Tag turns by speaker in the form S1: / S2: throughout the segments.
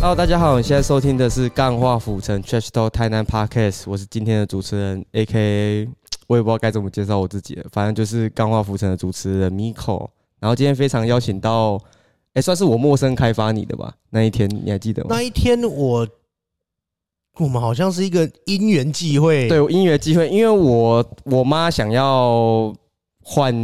S1: Hello，大家好，你现在收听的是《干话府城 Trash Talk 台南 Podcast》，我是今天的主持人，A.K.A. 我也不知道该怎么介绍我自己了，反正就是《干话府城》的主持人 Miko。然后今天非常邀请到，哎、算是我陌生开发你的吧？那一天你还记得吗
S2: 那？一天我，我们好像是一个因缘际会，
S1: 对，音乐机会，因为我我妈想要换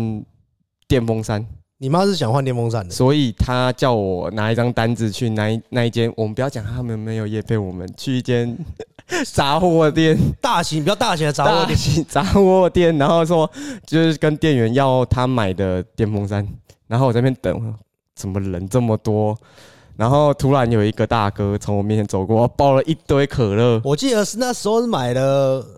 S1: 电风扇，
S2: 你妈是想换电风扇的，
S1: 所以她叫我拿一张单子去那一那一间，我们不要讲他们没有业配，我们去一间 杂货店。
S2: 大型比较大型的杂货店，
S1: 店，杂货店，然后说就是跟店员要他买的电风扇，然后我在那边等，怎么人这么多？然后突然有一个大哥从我面前走过，抱了一堆可乐，
S2: 我记得是那时候是买了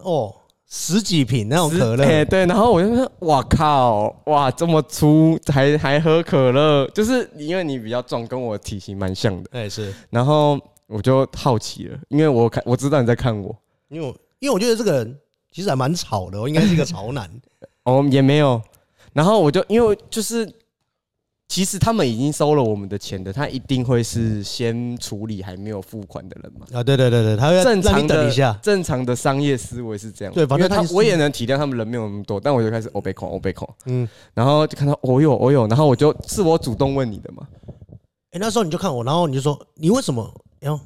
S2: 哦十几瓶那种可乐，
S1: 哎、对，然后我就说，哇靠，哇这么粗，还还喝可乐，就是因为你比较壮，跟我体型蛮像的，
S2: 哎、是
S1: 然后我就好奇了，因为我看我知道你在看我，
S2: 因为我因为我觉得这个人其实还蛮吵的，我应该是 一个潮男，
S1: 哦，也没有。然后我就因为就是，其实他们已经收了我们的钱的，他一定会是先处理还没有付款的人嘛。
S2: 啊，对对对对，他会
S1: 正
S2: 让
S1: 常
S2: 你等
S1: 的
S2: 一下，
S1: 正常的商业思维是这样。
S2: 对反正
S1: 因为
S2: 他
S1: 他
S2: 就是
S1: 我也能体谅他们人没有那么多，但我就开始欧贝控欧贝控，
S2: 嗯，
S1: 然后就看到哦哟哦哟，然后我就是我主动问你的嘛，
S2: 哎、那时候你就看我，然后你就说你为什么，然后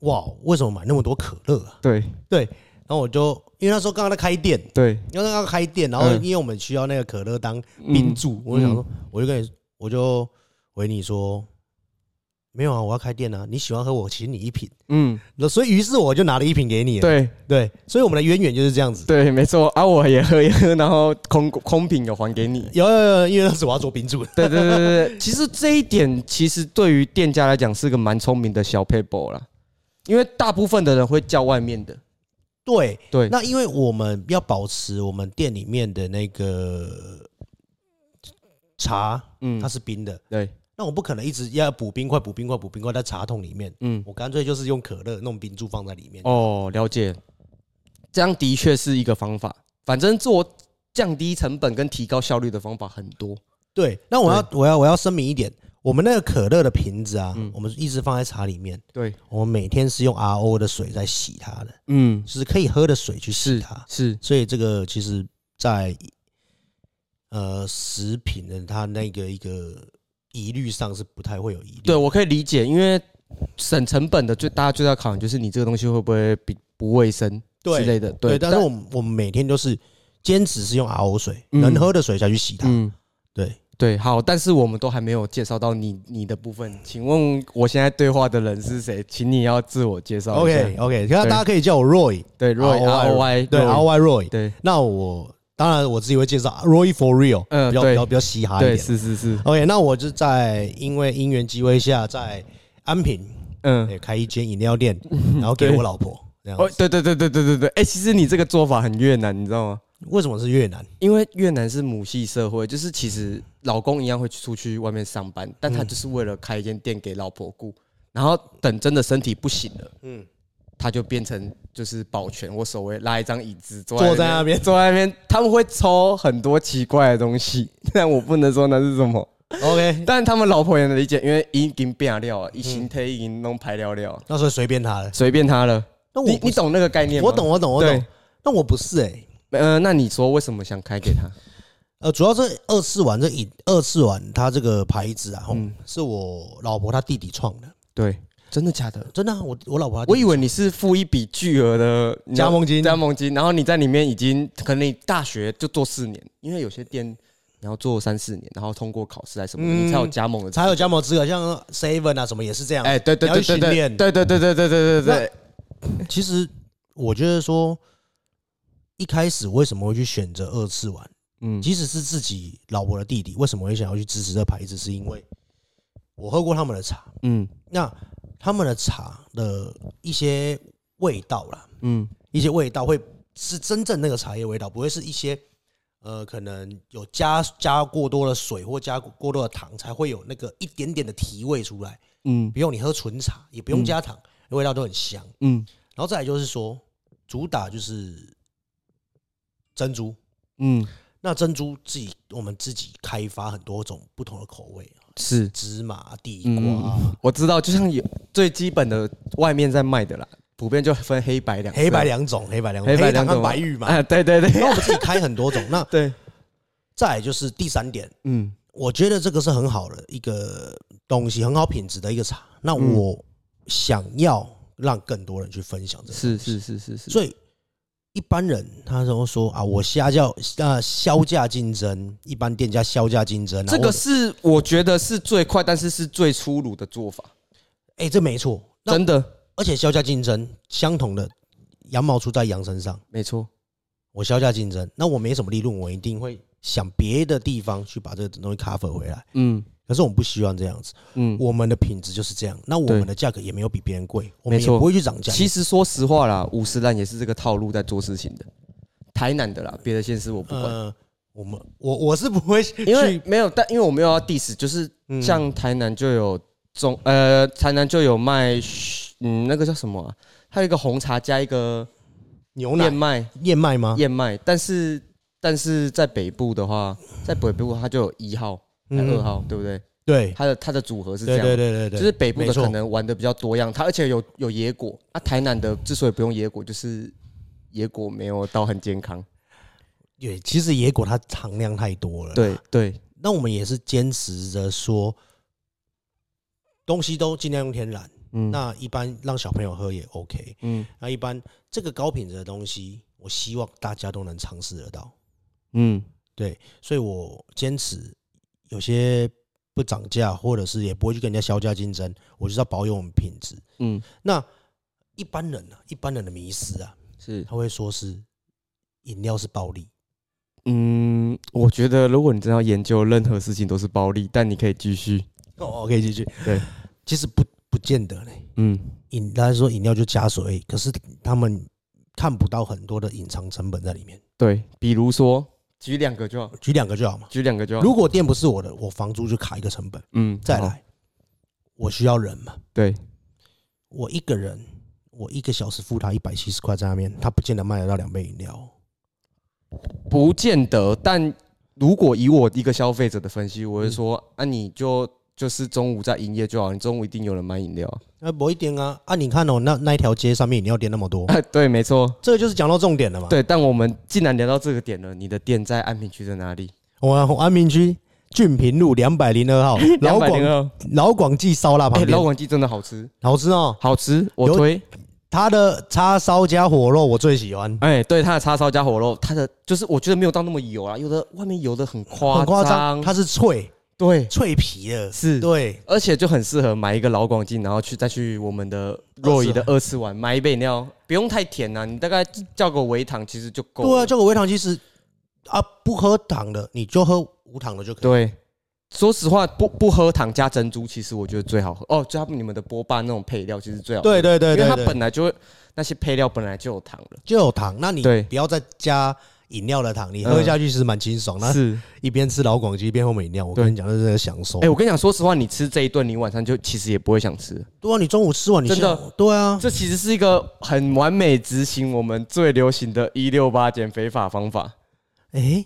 S2: 哇，为什么买那么多可乐啊？
S1: 对
S2: 对，然后我就因为那时候刚刚在开店，
S1: 对，
S2: 因为那个要开店，然后
S1: 嗯
S2: 因为我们需要那个可乐当
S1: 嗯
S2: 冰柱，我就想说，我就跟你，我就回你说，没有啊，我要开店啊，你喜欢喝我请你一瓶，
S1: 嗯，
S2: 那所以于是我就拿了一瓶给你了，
S1: 对
S2: 对，所以我们的渊源就是这样子。
S1: 对，没错啊，我也喝也喝，然后空空瓶有还给你，
S2: 有有有，因为那时候我要做冰柱，
S1: 对对对对对，其实这一点其实对于店家来讲是个蛮聪明的小 paper 啦，因为大部分的人会叫外面的，
S2: 对，
S1: 对，
S2: 那因为我们要保持我们店里面的那个茶，
S1: 嗯
S2: 它，是冰的，
S1: 对，
S2: 那我不可能一直要补冰块、补冰块、补冰块在茶桶里面，
S1: 嗯，
S2: 我干脆就是用可乐弄冰柱放在里面。
S1: 哦，了解，这样的确是一个方法，反正做降低成本跟提高效率的方法很多，
S2: 对，那我要我要我要声明一点，我们那个可乐的瓶子啊，
S1: 嗯
S2: 我们一直放在茶里面，
S1: 对，
S2: 我们每天是用 RO 的水在洗它的，
S1: 嗯，
S2: 就是可以喝的水去洗
S1: 是
S2: 它，
S1: 是，
S2: 所以这个其实在呃食品的它那个一个疑虑上是不太会有疑虑。
S1: 对我可以理解，因为省成本的最大家最大考量就是你这个东西会不会比不卫生之类
S2: 对
S1: 的，
S2: 对，但是
S1: 但
S2: 我们我们每天都是坚持是用 RO 水，
S1: 嗯
S2: 能喝的水下去洗它。
S1: 嗯。
S2: 对，
S1: 对，好，但是我们都还没有介绍到你你的部分，请问我现在对话的人是谁？请你要自我介绍一下。
S2: OK OK，那大家可以叫我 Roy，
S1: 对，Roy R O Y，
S2: 对 R Y Roy。
S1: 哎对
S2: 那我当然我自己会介绍 Roy for Real，
S1: 嗯
S2: 比较
S1: 对
S2: 比较比较嘻哈一
S1: 对，
S2: 点。
S1: 是是是，
S2: OK，那我就在因为因缘机会下，在安平
S1: 嗯，
S2: 也开一间饮料店，然后给
S1: 对
S2: 我老婆这样
S1: 哦，
S2: 子。
S1: 对对对对对对对，哎，其实你这个做法很越南，你知道吗？
S2: 为什么是越南？
S1: 因为越南是母系社会，就是其实老公一样会出去外面上班，但他就是为了开一间店给老婆雇，然后等真的身体不行了，
S2: 嗯，
S1: 他就变成就是保全或所谓拉一张椅子坐
S2: 坐在那边
S1: 坐在那边，他们会抽很多奇怪的东西， 但我不能说那是什么。
S2: OK，
S1: 但他们老婆也能理解，因为已经变了啊，已经推已经弄排了了，
S2: 那时候随便他了。
S1: 随便他了。
S2: 那我
S1: 你
S2: 不
S1: 你
S2: 是
S1: 懂那个概念吗？
S2: 我懂，我懂我
S1: 对
S2: 懂。，那我不是哎，
S1: 呃，那你说为什么想开给他？
S2: 呃，主要是二次碗这饮二次碗它这个牌子啊，吼
S1: 嗯
S2: 是我老婆她弟弟创的，
S1: 对，真的假的？
S2: 真的啊，我我老婆她弟
S1: 我
S2: 弟
S1: 以为你是付一笔巨额的你知道
S2: 加盟金
S1: 加盟金，然后你在里面已经可能你大学就做四年，因为有些店你要做三四年，然后通过考试还是什么的，
S2: 嗯
S1: 你才有加盟的资格
S2: 才有加盟资格，像 Seven 啊什么也是这样。
S1: 哎，对对
S2: 你要
S1: 对
S2: 去
S1: 对对
S2: 训练
S1: 对对对对对对对对，
S2: 其实我觉得说，一开始为什么会去选择二次玩，
S1: 嗯
S2: 即使是自己老婆的弟弟，为什么会想要去支持这牌子，是因为我喝过他们的茶，
S1: 嗯
S2: 那他们的茶的一些味道啦，
S1: 嗯
S2: 一些味道会是真正那个茶叶味道，不会是一些。呃，可能有加加过多的水或加过过多的糖，才会有那个一点点的提味出来。
S1: 嗯
S2: 不用你喝纯茶，也不用加糖，味道都很香。
S1: 嗯
S2: 然后再来就是说，主打就是珍珠，
S1: 嗯，
S2: 那珍珠自己我们自己开发很多种不同的口味，啊
S1: 是，
S2: 芝麻、地瓜、啊
S1: 嗯，我知道，就像有最基本的外面在卖的啦，普遍就分黑白两色
S2: 黑白两种，黑白两种，
S1: 黑白两
S2: 糖
S1: 种
S2: 和
S1: 嘛
S2: 白玉嘛。
S1: 啊，对对
S2: 那
S1: 对
S2: 我们自己开很多种。那
S1: 对，
S2: 再来就是第三点，
S1: 嗯
S2: 我觉得这个是很好的一个东西，很好品质的一个茶。那
S1: 嗯
S2: 我想要让更多人去分享这个，
S1: 是是是是是，
S2: 所以一般人他都说啊，我虾叫啊销价竞争，一般店家销价竞争啊，
S1: 这个
S2: 或者
S1: 是我觉得是最快，但是是最粗鲁的做法，
S2: 哎、这没错。那
S1: 真的
S2: 而且销价竞争相同的羊毛出在羊身上，
S1: 没错，
S2: 我销价竞争，那我没什么利润，我一定会想别的地方去把这个东西 cover 回来。
S1: 嗯
S2: 可是我们不希望这样子，
S1: 嗯。
S2: 我们的品质就是这样，那我
S1: 对
S2: 们的价格也没有比别人贵，我们
S1: 没
S2: 也
S1: 错
S2: 不会去涨价。
S1: 其实说实话啦，五十岚也是这个套路在做事情的，台南的啦，别的县市我不管。
S2: 呃，我们我我是不会去
S1: 因为没有，但因为我没有要 diss，就是
S2: 嗯
S1: 像台南就有中呃，台南就有卖嗯那个叫什么啊、还有一个红茶加一个
S2: 牛奶啊
S1: 燕麦
S2: 燕麦吗？
S1: 燕麦，但是但是在北部的话，在北部它就有一号、还有二号，对不对？
S2: 嗯对
S1: 它的它的组合是这
S2: 对
S1: 样
S2: 对
S1: 的，
S2: 对对对，
S1: 就是北部
S2: 没
S1: 的
S2: 错
S1: 可能玩的比较多样，它而且有有野果啊，台南的之所以不用野果，就是野果没有到很健康，
S2: 也其实野果它糖量太多了。，
S1: 对啊对，
S2: 那我们也是坚持着说，东西都尽量用天然。
S1: 嗯
S2: 那一般让小朋友喝也 OK。
S1: 嗯
S2: 那一般这个高品质的东西，我希望大家都能尝试得到。
S1: 嗯，
S2: 对，所以我坚持有些不涨价，或者是也不会去跟人家销价竞争，我就是要保有我们品质。
S1: 嗯，
S2: 那一般人啊，一般人的迷失啊，
S1: 是。
S2: 他会说是饮料是暴利，
S1: 嗯，我觉得如果你真的要研究任何事情都是暴利，但你可以继续。
S2: 哦，可以继续。
S1: 对，
S2: 其实不不见得嘞，
S1: 嗯，
S2: 饮大家说饮料就加水而已，可是他们看不到很多的隐藏成本在里面。
S1: 对，比如说举两个就好，
S2: 举两个就好嘛，
S1: 举两个就好。
S2: 如果店不是我的，我房租就卡一个成本，
S1: 嗯，
S2: 再
S1: 好，
S2: 来，我需要人嘛，
S1: 对，
S2: 我一个人。我一个小时付他一百七十块在那边，他不见得卖得到两杯饮料哦。
S1: 不见得。但如果以我一个消费者的分析，我会说，啊，你就就是中午在营业就好，你中午一定有人买饮料啊。
S2: 那不一定啊！啊，你看哦，那那一条街上面饮料店 那么多，
S1: 啊对，没错，
S2: 这个就是讲到重点了嘛。，
S1: 对。但我们既然聊到这个点了，你的店在安平区的哪里？
S2: 我我安民区俊平路 两百零二号老
S1: 202
S2: 广
S1: 哦
S2: 老广记烧腊
S1: 哎
S2: 旁，
S1: 老
S2: 边，
S1: 广记真的好吃，
S2: 好吃哦。
S1: 好吃，我
S2: 有
S1: 推。
S2: 他的叉烧加火肉我最喜欢，
S1: 哎、对，它的叉烧加火肉，它的就是我觉得没有到那么油啊，有的外面油的很夸
S2: 很夸张，它是脆
S1: 对，
S2: 脆皮的，
S1: 是，
S2: 对，
S1: 而且就很适合买一个老广进，然后去再去我们的若仪的二次碗买一杯饮料，不用太甜呐、你大概叫个微糖其实就够
S2: 对啊，
S1: 了。
S2: 这个微糖其实啊不喝糖的你就喝无糖的就可以。
S1: 对，说实话，不不喝糖加珍珠，其实我觉得最好喝哦，加你们的波霸那种配料其实最好喝，
S2: 对对对
S1: 因为
S2: 对
S1: 它
S2: 对，
S1: 本来就会那些配料本来就有糖了，
S2: 就有糖，那你
S1: 对
S2: 不要再加饮料的糖，你喝
S1: 嗯
S2: 下去其实蛮清爽。那
S1: 是。
S2: 一边吃老广鸡一边喝美饮料，我跟
S1: 对
S2: 你讲，这是在享受
S1: 哎、。我跟你讲，说实话，你吃这一顿，你晚上就其实也不会想吃了。
S2: 对啊，你中午吃完你
S1: 真的
S2: 下午对啊，
S1: 这其实是一个很完美执行我们最流行的“一六八”减肥法方法。
S2: 哎，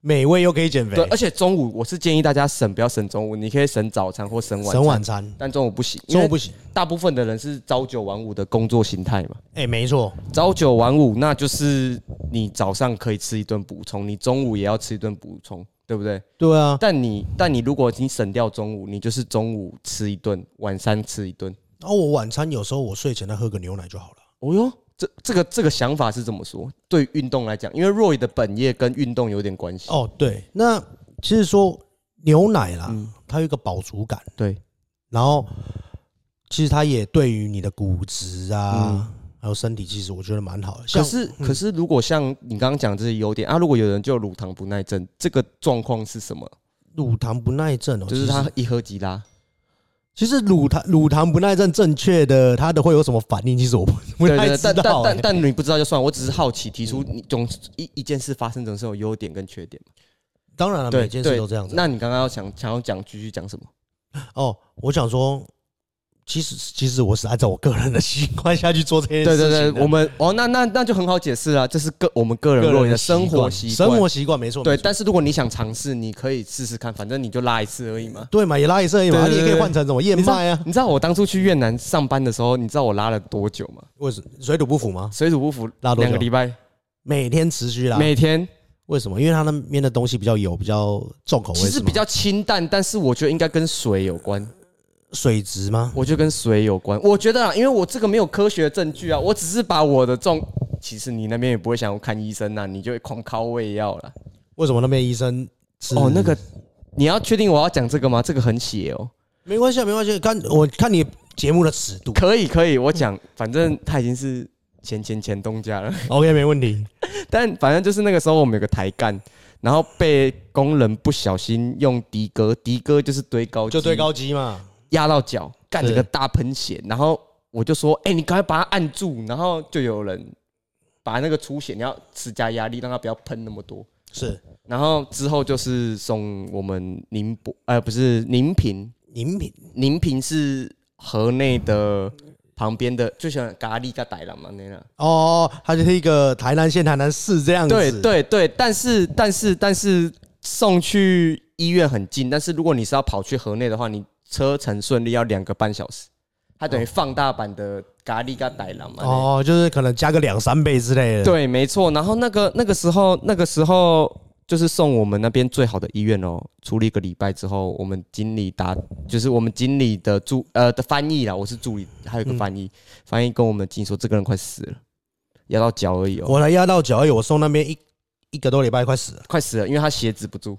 S2: 美味又可以减肥
S1: 对，，而且中午我是建议大家省，不要省中午，你可以省早餐或省晚餐。
S2: 省晚餐，
S1: 但中午不行，因
S2: 中午
S1: 为
S2: 不行。
S1: 大部分的人是朝九晚五的工作形态嘛。
S2: 哎，没错，
S1: 朝九晚五，那就是你早上可以吃一顿补充，你中午也要吃一顿补充，对不对？
S2: 对啊，
S1: 但你但你如果你省掉中午，你就是中午吃一顿，晚餐吃一顿。
S2: 然啊后我晚餐有时候我睡前再喝个牛奶就好了。
S1: 哦哟，这这个这个想法是怎么说？对于运动来讲，因为 Roy 的本业跟运动有点关系。
S2: 哦，对，那其实说牛奶啦，
S1: 嗯
S2: 它有一个饱足感，
S1: 对，
S2: 然后其实它也对于你的骨质啊，还有身体，其实我觉得蛮好
S1: 嗯
S2: 的。
S1: 可
S2: 像嗯
S1: 是可是如果像你刚刚讲这些优点啊，如果有人就有乳糖不耐症，这个状况是什么？
S2: 乳糖不耐症哦，
S1: 就是
S2: 其实
S1: 他一喝即拉。
S2: 其实乳糖乳糖不耐症正确的它的会有什么反应，其实我不不
S1: 对对
S2: 太
S1: 对，
S2: 知
S1: 但但
S2: 道、嗯
S1: 但
S2: 欸。
S1: 但你不知道就算，我只是好奇提出你总一一件事发生总是有优点跟缺点嘛。
S2: 当然了，
S1: 对
S2: 每哦件事都这样子。
S1: 那你刚刚要想想要讲继续讲什么？
S2: 哦，我想说，其实其实我是按照我个人的习惯下去做这件事
S1: 对
S2: 情的。
S1: 对对，我们哦，那那那就很好解释啊了，这是个我们个人
S2: 个
S1: 若
S2: 人
S1: 你的生活习
S2: 习
S1: 惯，
S2: 惯生活习惯没错，
S1: 对。
S2: 没错
S1: 但是如果你想尝试，你可以试试看，反正你就拉一次而已嘛。
S2: 对嘛，也拉一次而已嘛，
S1: 对对
S2: 啊你也可
S1: 对
S2: 以
S1: 对
S2: 换成什么燕
S1: 你知道
S2: 麦啊，
S1: 你知道我当初去越南上班的时候，你知道我拉了多久吗？
S2: 为什么水土不服吗？
S1: 水土不服，
S2: 拉多久
S1: 两个礼拜，
S2: 每天持续啦，
S1: 每天
S2: 为什么？因为他那边的东西比较油，比较重口味，
S1: 其实
S2: 是吗
S1: 比较清淡，但是我觉得应该跟水有关，
S2: 水质吗？
S1: 我觉得跟水有关。我觉得啊，因为我这个没有科学证据啊，我只是把我的重，其实你那边也不会想要看医生呐、你就会狂靠胃药了。
S2: 为什么那边医生吃？
S1: 哦，那个你要确定我要讲这个吗？这个很血哦。
S2: 没关系啊，没关系。看我看你节目的尺 度
S1: 可以可以，我讲，反正他已经是前前前东家了。
S2: ，OK，没问题。
S1: 但反正就是那个时候我们有个台干，然后被工人不小心用的哥，的哥就是堆高机
S2: 就堆高机嘛，
S1: 压到脚，干了
S2: 对
S1: 个大喷血，然后我就说，哎、你赶快把它按住，然后就有人把那个出血，你要施加压力，让它不要喷那么多。
S2: 是
S1: 然后之后就是送我们宁波，呃，不是宁平，
S2: 饮品
S1: 宁平是河内的旁边的，就像咖喱咖呆了嘛那样。
S2: 哦，它就是一个台南县、台南市这样子。
S1: 对，对对，但是但是但是送去医院很近，但是如果你是要跑去河内的话，你车程顺利要两个半小时，它等于放大版的咖喱咖呆了嘛。哦，
S2: 哦，就是可能加个两三倍之类的。，
S1: 对，没错。然后那个那个时候那个时候就是送我们那边最好的医院哦，出了一个礼拜之后，我们经理打就是我们经理的助呃的翻译啦，我是助理，还
S2: 嗯
S1: 有一个翻译，翻译跟我们经理说这个人快死了，压到脚而已哦。
S2: 我来压到脚哎而已，我送那边一一个多礼拜，快死了。
S1: 快死了，因为他鞋止不住。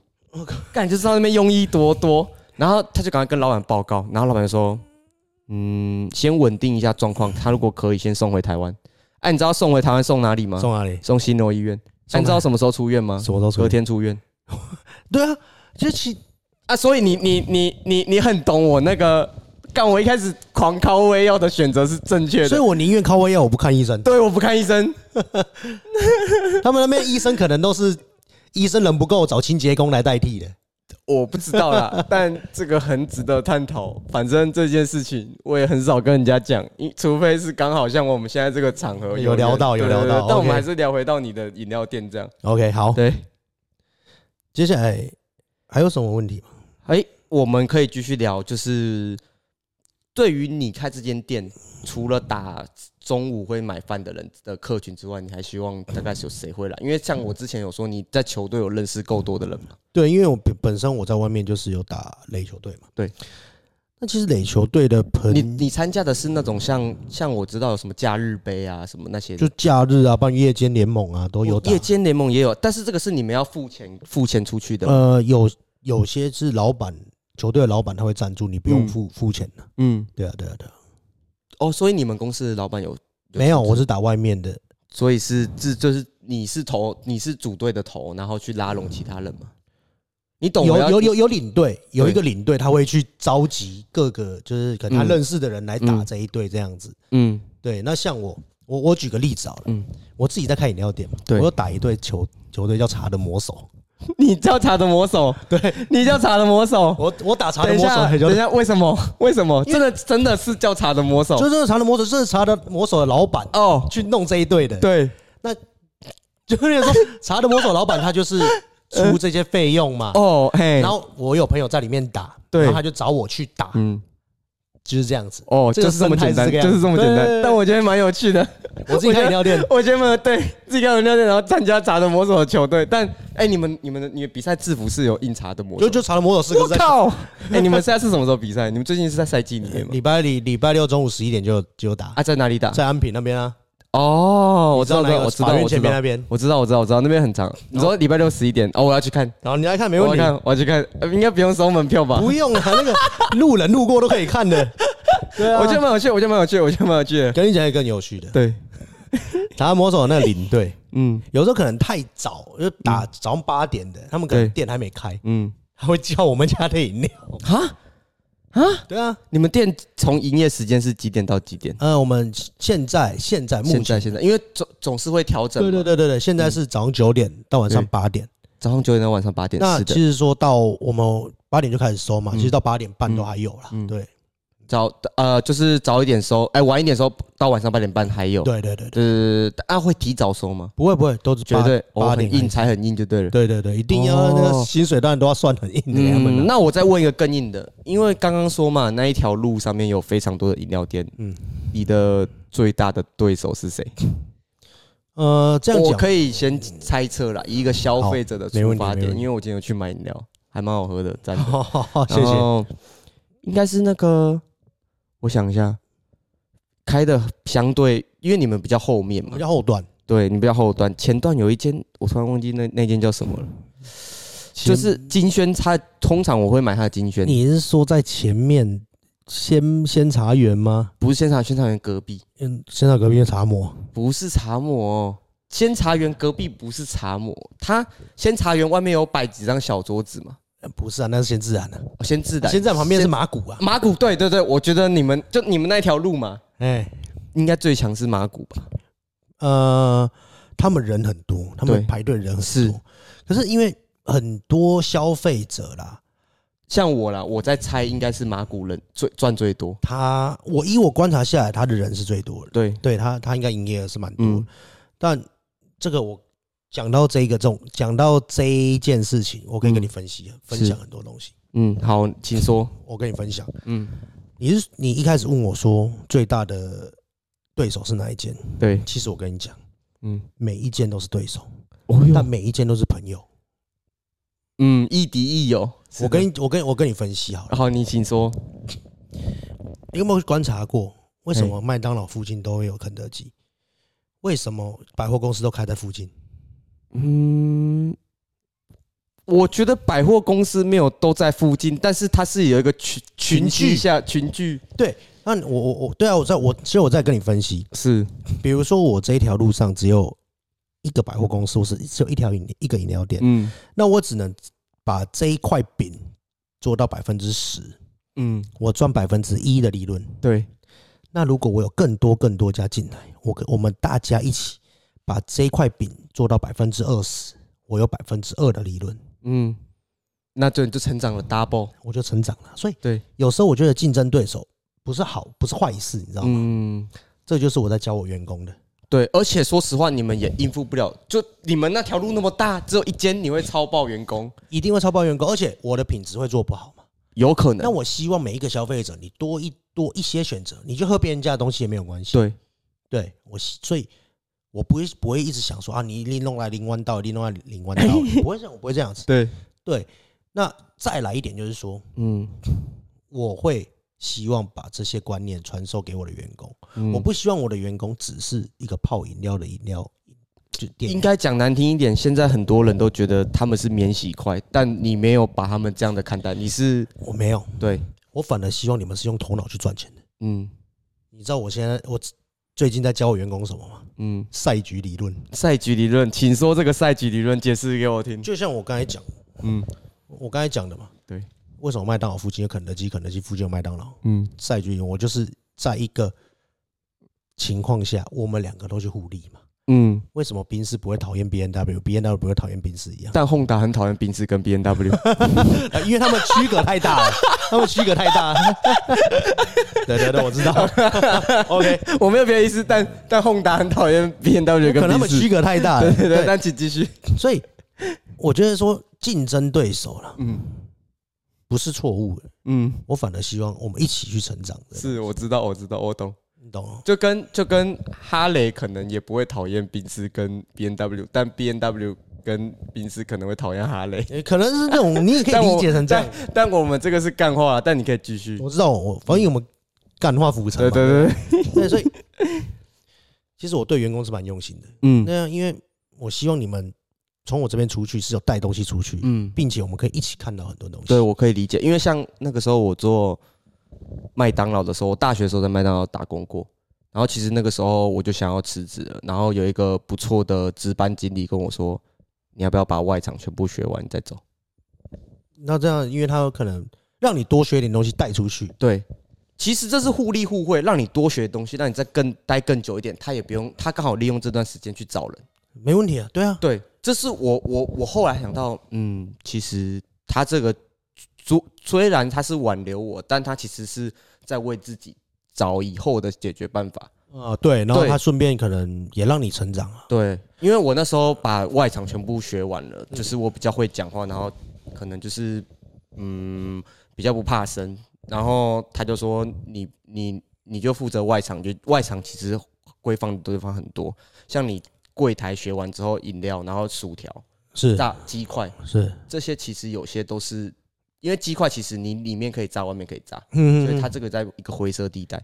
S1: 干，就知道那边庸医多多。然后他就赶快跟老板报告，然后老板就说：“嗯，先稳定一下状况，他如果可以，先送回台湾。”哎，你知道送回台湾送哪里吗？
S2: 送哪里？
S1: 送新罗医院。哎，
S2: 送
S1: 你知
S2: 哪
S1: 道
S2: 里
S1: 什么时候出院吗？
S2: 什么时候
S1: 啊隔
S2: 出？
S1: 天出院
S2: 对啊，就其
S1: 啊！所以你你你你你很懂我那个干，我一开始狂靠胃药的选择是正确
S2: 所以
S1: 的。
S2: 我宁愿靠胃药，我不看医生。
S1: 对，我不看医生，
S2: 他们那边医生可能都是医生人不够，找清洁工来代替的。
S1: 我不知道啦， 但这个很值得探讨。反正这件事情我也很少跟人家讲，因除非是刚好像我们现在这个场合
S2: 有聊到
S1: 人
S2: 有聊
S1: 对对对
S2: 到
S1: 但我们还
S2: OK
S1: 是聊哦回到你的饮料店这样。
S2: OK，好，
S1: 对，
S2: 接下来还有什么问题吗？
S1: 哎，我们可以继续聊，就是对于你开这间店，除了打中午会买饭的人的客群之外，你还希望大概是有谁会来？因为像我之前有说，你在球队有认识够多的人嘛？
S2: 对，因为我本本身我在外面就是有打垒球队嘛。
S1: 对，
S2: 那其实垒球队的朋
S1: 你你参加的是那种像像我知道有什么假日杯啊什么那些的
S2: 就假日啊，办夜间联盟啊，都有打
S1: 夜。间联盟也有，但是这个是你们要付钱付钱出去的。
S2: 呃，有有些是老板球队的老板他会赞助，你不用付付钱的。
S1: 嗯，
S2: 对啊，对啊，对啊。
S1: 哦，所以你们公司的老板有
S2: 没有，
S1: 出资
S2: 我是打外面的。
S1: 所以是自就是你是头，你是组队的头，然后去拉拢其他人嘛？你懂
S2: 嗯有
S1: 我要
S2: 有有有领队，有
S1: 对
S2: 一个领队他会去召集各个就是可能他
S1: 嗯
S2: 认识的人来打
S1: 嗯
S2: 这一队这样子。
S1: 嗯
S2: 对，那像我，我我举个例子好了，
S1: 嗯，
S2: 我自己在开饮料店嘛，我
S1: 对
S2: 有打一队球球队叫茶的魔手，
S1: 你叫茶的魔手，对，你叫茶的魔手。
S2: 我我打茶的
S1: 等一
S2: 魔手
S1: 下，
S2: 很久
S1: 等一，下，为什 么？为什么？真的真的是叫茶的魔手
S2: 就？是这个茶的魔手，这是茶的魔手的老板
S1: 哦，
S2: 去弄这一队的，，
S1: 对，
S2: 就是说茶的魔手老板 他就是出这些费用嘛，
S1: 呃哦，嘿，
S2: 然后我有朋友在里面打，
S1: 对
S2: 然后他就找我去打，
S1: 嗯，
S2: 就是这样子，
S1: 哦，
S2: 这
S1: 就
S2: 个
S1: 是这么简单，
S2: 生态是这个样
S1: 就
S2: 子
S1: 是这么简
S2: 对对
S1: 单。
S2: 对
S1: 但我觉得蛮有趣的。
S2: 我自己开饮料店，
S1: 我觉得对自己开饮料店，然后参加茶的魔手的球队。但哎、你们你们的你的比赛制服是有印茶的魔手
S2: 就？就茶的魔手四
S1: 我
S2: 个字在。
S1: 靠！ 哎、你们现在是什么时候比赛？你们最近是在赛季里面吗？
S2: 礼拜礼礼拜六中午十一点就就有打，
S1: 啊，在哪里打？
S2: 在安平那边啊，
S1: 哦，我知道，
S2: 你知道哪个
S1: 我知道，
S2: 法院
S1: 我知
S2: 前面那
S1: 道，
S2: 边。
S1: 我知道，我知道，我知道，那边很长。你说礼拜六十一点，哦，我要去看，
S2: 然后你来看，没
S1: 我
S2: 问
S1: 要
S2: 题，
S1: 看，我要去看，呃应该不用收门票吧？
S2: 不 用啊，那个路人路过都可以看的。对啊，
S1: 我觉得蛮有趣，我觉得蛮有趣，我觉得蛮有趣的。
S2: 跟你讲一个更有趣的，
S1: 对，
S2: 塔拉魔手那个领队，
S1: 嗯
S2: 有时候可能太早，就打早上八点的，他们可能店还没开，
S1: 嗯，
S2: 他会叫我们家 的饮料。
S1: 哈，
S2: 对啊，
S1: 你们店从营业时间是几点到几点？
S2: 呃，我们现在现在目
S1: 现在
S2: 前，
S1: 现在，因为总总是会调整嘛。
S2: 对对对对对，现在是早上九点到晚上
S1: 对
S2: 八点。
S1: 早上九点到晚上八点，
S2: 那
S1: 是的。
S2: 其实说到我们八点就开始收嘛，
S1: 嗯
S2: 其实到八点半都
S1: 嗯
S2: 还有啦。
S1: 嗯
S2: 对，
S1: 早呃，就是早一点收，哎、晚一点收到晚上八点半还有。
S2: 对对对
S1: 对
S2: 对，
S1: 对对对，啊，会提早收吗？
S2: 不会不会，都是
S1: 绝
S2: 八
S1: 对，哦，
S2: 八点
S1: 很
S2: 开
S1: 硬
S2: 始
S1: 才很硬就对了。
S2: 对对对，一定要
S1: 哦
S2: 那个薪水当然都要算很硬的给他们
S1: 嗯，
S2: 的。
S1: 那我再问一个更硬的，因为刚刚说嘛，那一条路上面有非常多的饮料店，嗯
S2: 嗯，
S1: 你的最大的对手是谁？
S2: 呃，这样
S1: 我
S2: 讲，
S1: 可以先猜测啦，以一个消费者的
S2: 没
S1: 出
S2: 问题
S1: 发
S2: 没
S1: 点，
S2: 问
S1: 因
S2: 题
S1: 为我今天有去买饮料，还蛮好喝的，赞 的。
S2: 好好好，谢谢。
S1: 谢。应该是那个，我想一下，开的相对，因为你们比较后面嘛
S2: 比，较后段，
S1: 对你比较后端，前段有一间，我突然忘记那那间叫什么了，就是金萱，它通常我会买它的金萱，
S2: 你是说在前面先先茶园吗？
S1: 不是仙茶仙茶园隔壁，
S2: 嗯，先到隔壁的茶魔。
S1: 不是茶魔、哦，仙茶园隔壁不是茶魔，它仙茶园外面有摆几张小桌子嘛，
S2: 呃不是啊，那是先自然的、
S1: 哦先自然，
S2: 先自然旁边是马古啊
S1: 先。马古，对对对，我觉得你们就你们那条路嘛，
S2: 哎，
S1: 应该最强是马古吧？
S2: 呃，他们人很多，他们
S1: 对
S2: 排队人很
S1: 是
S2: 多，可是因为很多消费者啦，
S1: 像我啦，我在猜应该是马古人最赚最多，
S2: 他我以我观察下来，他的人是最多的。
S1: 对，
S2: 对他，他应该营业额是蛮多的
S1: 嗯，
S2: 但这个我讲到这一个重，讲到这一件事情，我可以跟你分析、分享很多东西。
S1: 嗯，好，请说，
S2: 我跟你分享，
S1: 嗯，
S2: 你是你一开始问我说最大的对手是哪一间？
S1: 对，
S2: 其实我跟你讲，
S1: 嗯，
S2: 每一间都是对手，
S1: 哦
S2: 但，每一间都是朋友。
S1: 嗯，亦敌亦友，
S2: 我跟你，我跟我跟你分析好了，
S1: 好，你请说，
S2: 你有没有观察过为什么麦当劳附近都会有肯德基？为什么百货公司都开在附近？
S1: 嗯，我觉得百货公司没有都在附近，但是它是有一个群群
S2: 群
S1: 聚
S2: 聚
S1: 下群聚
S2: 那我我我对啊，我在我其实我在跟你分析，
S1: 是
S2: 比如说我这一条路上只有一个百货公司，或是只有一条饮一个饮料店，
S1: 嗯
S2: 那我只能把这一块饼做到百分之十，
S1: 嗯
S2: 我赚百分之一的利润。
S1: 对
S2: 那如果我有更多更多家进来，我跟我们大家一起把这一块饼做到百分之二十，我有百分之二的利润，
S1: 嗯，那就你就成长了 double
S2: 我就成长了。所以
S1: 对
S2: 有时候我觉得竞争对手不是好，不是坏事，你知道吗？
S1: 嗯。
S2: 这就是我在教我员工的。
S1: 对，而且说实话，你们也应付不了。就你们那条路那么大，只有一间，你会超爆员工，
S2: 一定会超爆员工，而且我的品质会做不好嘛。
S1: 有可
S2: 那
S1: 能。
S2: 我希望每一个消费者，你多一多一些选择，你就喝别人家的东西也没有关系。
S1: 对，
S2: 对，我希所以，我不会不会一直想说啊，你一定弄来零弯道，一定弄来零弯道，我不会这样，我不会这样子。
S1: 对，
S2: 对，那再来一点就是说，
S1: 嗯，
S2: 我会希望把这些观念传授给我的员工，
S1: 嗯
S2: 我不希望我的员工只是一个泡饮料的饮料就店
S1: 应。该讲难听一点，现在很多人都觉得他们是免洗块，但你没有把他们这样的看待，你是
S2: 我没有，
S1: 对，
S2: 我反而希望你们是用头脑去赚钱的。
S1: 嗯
S2: 你知道我现在我最近在教我员工什么吗？
S1: 嗯。
S2: 赛局理论。
S1: 赛局理论，请说这个赛局理论解释给我听。
S2: 就像我刚才讲，
S1: 嗯
S2: 我刚才讲的嘛，
S1: 对，
S2: 为什么麦当劳附近有肯德基，肯德基附近有麦当劳？
S1: 嗯
S2: 赛局，我就是在一个情况下，我们两个都去互利嘛。
S1: 嗯，
S2: 为什么宾士不会讨厌 B N W，B N W 不会讨厌宾士一样？
S1: 但 Honda 很讨厌宾士跟 B N W。
S2: 呃 因为他们区隔太 大了，他们区隔太大了。对对对，我 知道。OK，
S1: 我没有别的意思，但但 Honda 很讨厌 B N W
S2: 可能他
S1: 跟
S2: 们
S1: 宾士
S2: 区。隔太大了。
S1: 对对对，但请继续。
S2: 所以我觉得说竞争对手啦，
S1: 嗯
S2: 不是错误的，
S1: 嗯，
S2: 我反而希望我们一起去成长的，
S1: 是我知道，我知道，我懂。
S2: 你懂吗？
S1: 就跟就跟哈雷可能也不会讨厌宾士跟 B N W，但 B N W 跟宾士可能会讨厌哈雷。
S2: 呃可能是这种，你也可以
S1: 但我
S2: 理解成这样。
S1: 但但我们这个是干话，但你可以继续。
S2: 我知道，我反正我们干化浮
S1: 对
S2: 沉嘛，
S1: 对对，对
S2: 对，所以其实我对员工是蛮用心的。
S1: 嗯
S2: 那样，因为我希望你们从我这边出去是有带东西出去，
S1: 嗯。
S2: 并且我们可以一起看到很多东西。
S1: 对，我可以理解，因为像那个时候我做麦当劳的时候，我大学的时候在麦当劳打工过，然后其实那个时候我就想要辞职了，然后有一个不错的值班经理跟我说，你要不要把外场全部学完再走？
S2: 那这样，因为他有可能让你多学一点东西带出去，
S1: 对，其实这是互利互惠，让你多学东西，让你再更待更久一点，他也不用，他刚好利用这段时间去找人。
S2: 没问题啊。对啊，
S1: 对，这是我我我后来想到，嗯，其实他这个虽虽然他是挽留我，但他其实是在为自己找以后的解决办法。
S2: 啊，对，然后
S1: 对
S2: 他顺便可能也让你成长啊。
S1: 对，因为我那时候把外场全部学完了，就是我比较会讲话，然后可能就是嗯比较不怕生，然后他就说你你你就负责外场，就外场其实规范的地方很多，像你柜台学完之后，饮料，然后薯条、
S2: 是
S1: 炸鸡块
S2: 是，
S1: 这些，其实有些都是因为鸡块其实你里面可以炸，外面可以炸，所以
S2: 嗯，
S1: 它这个在一个灰色地带。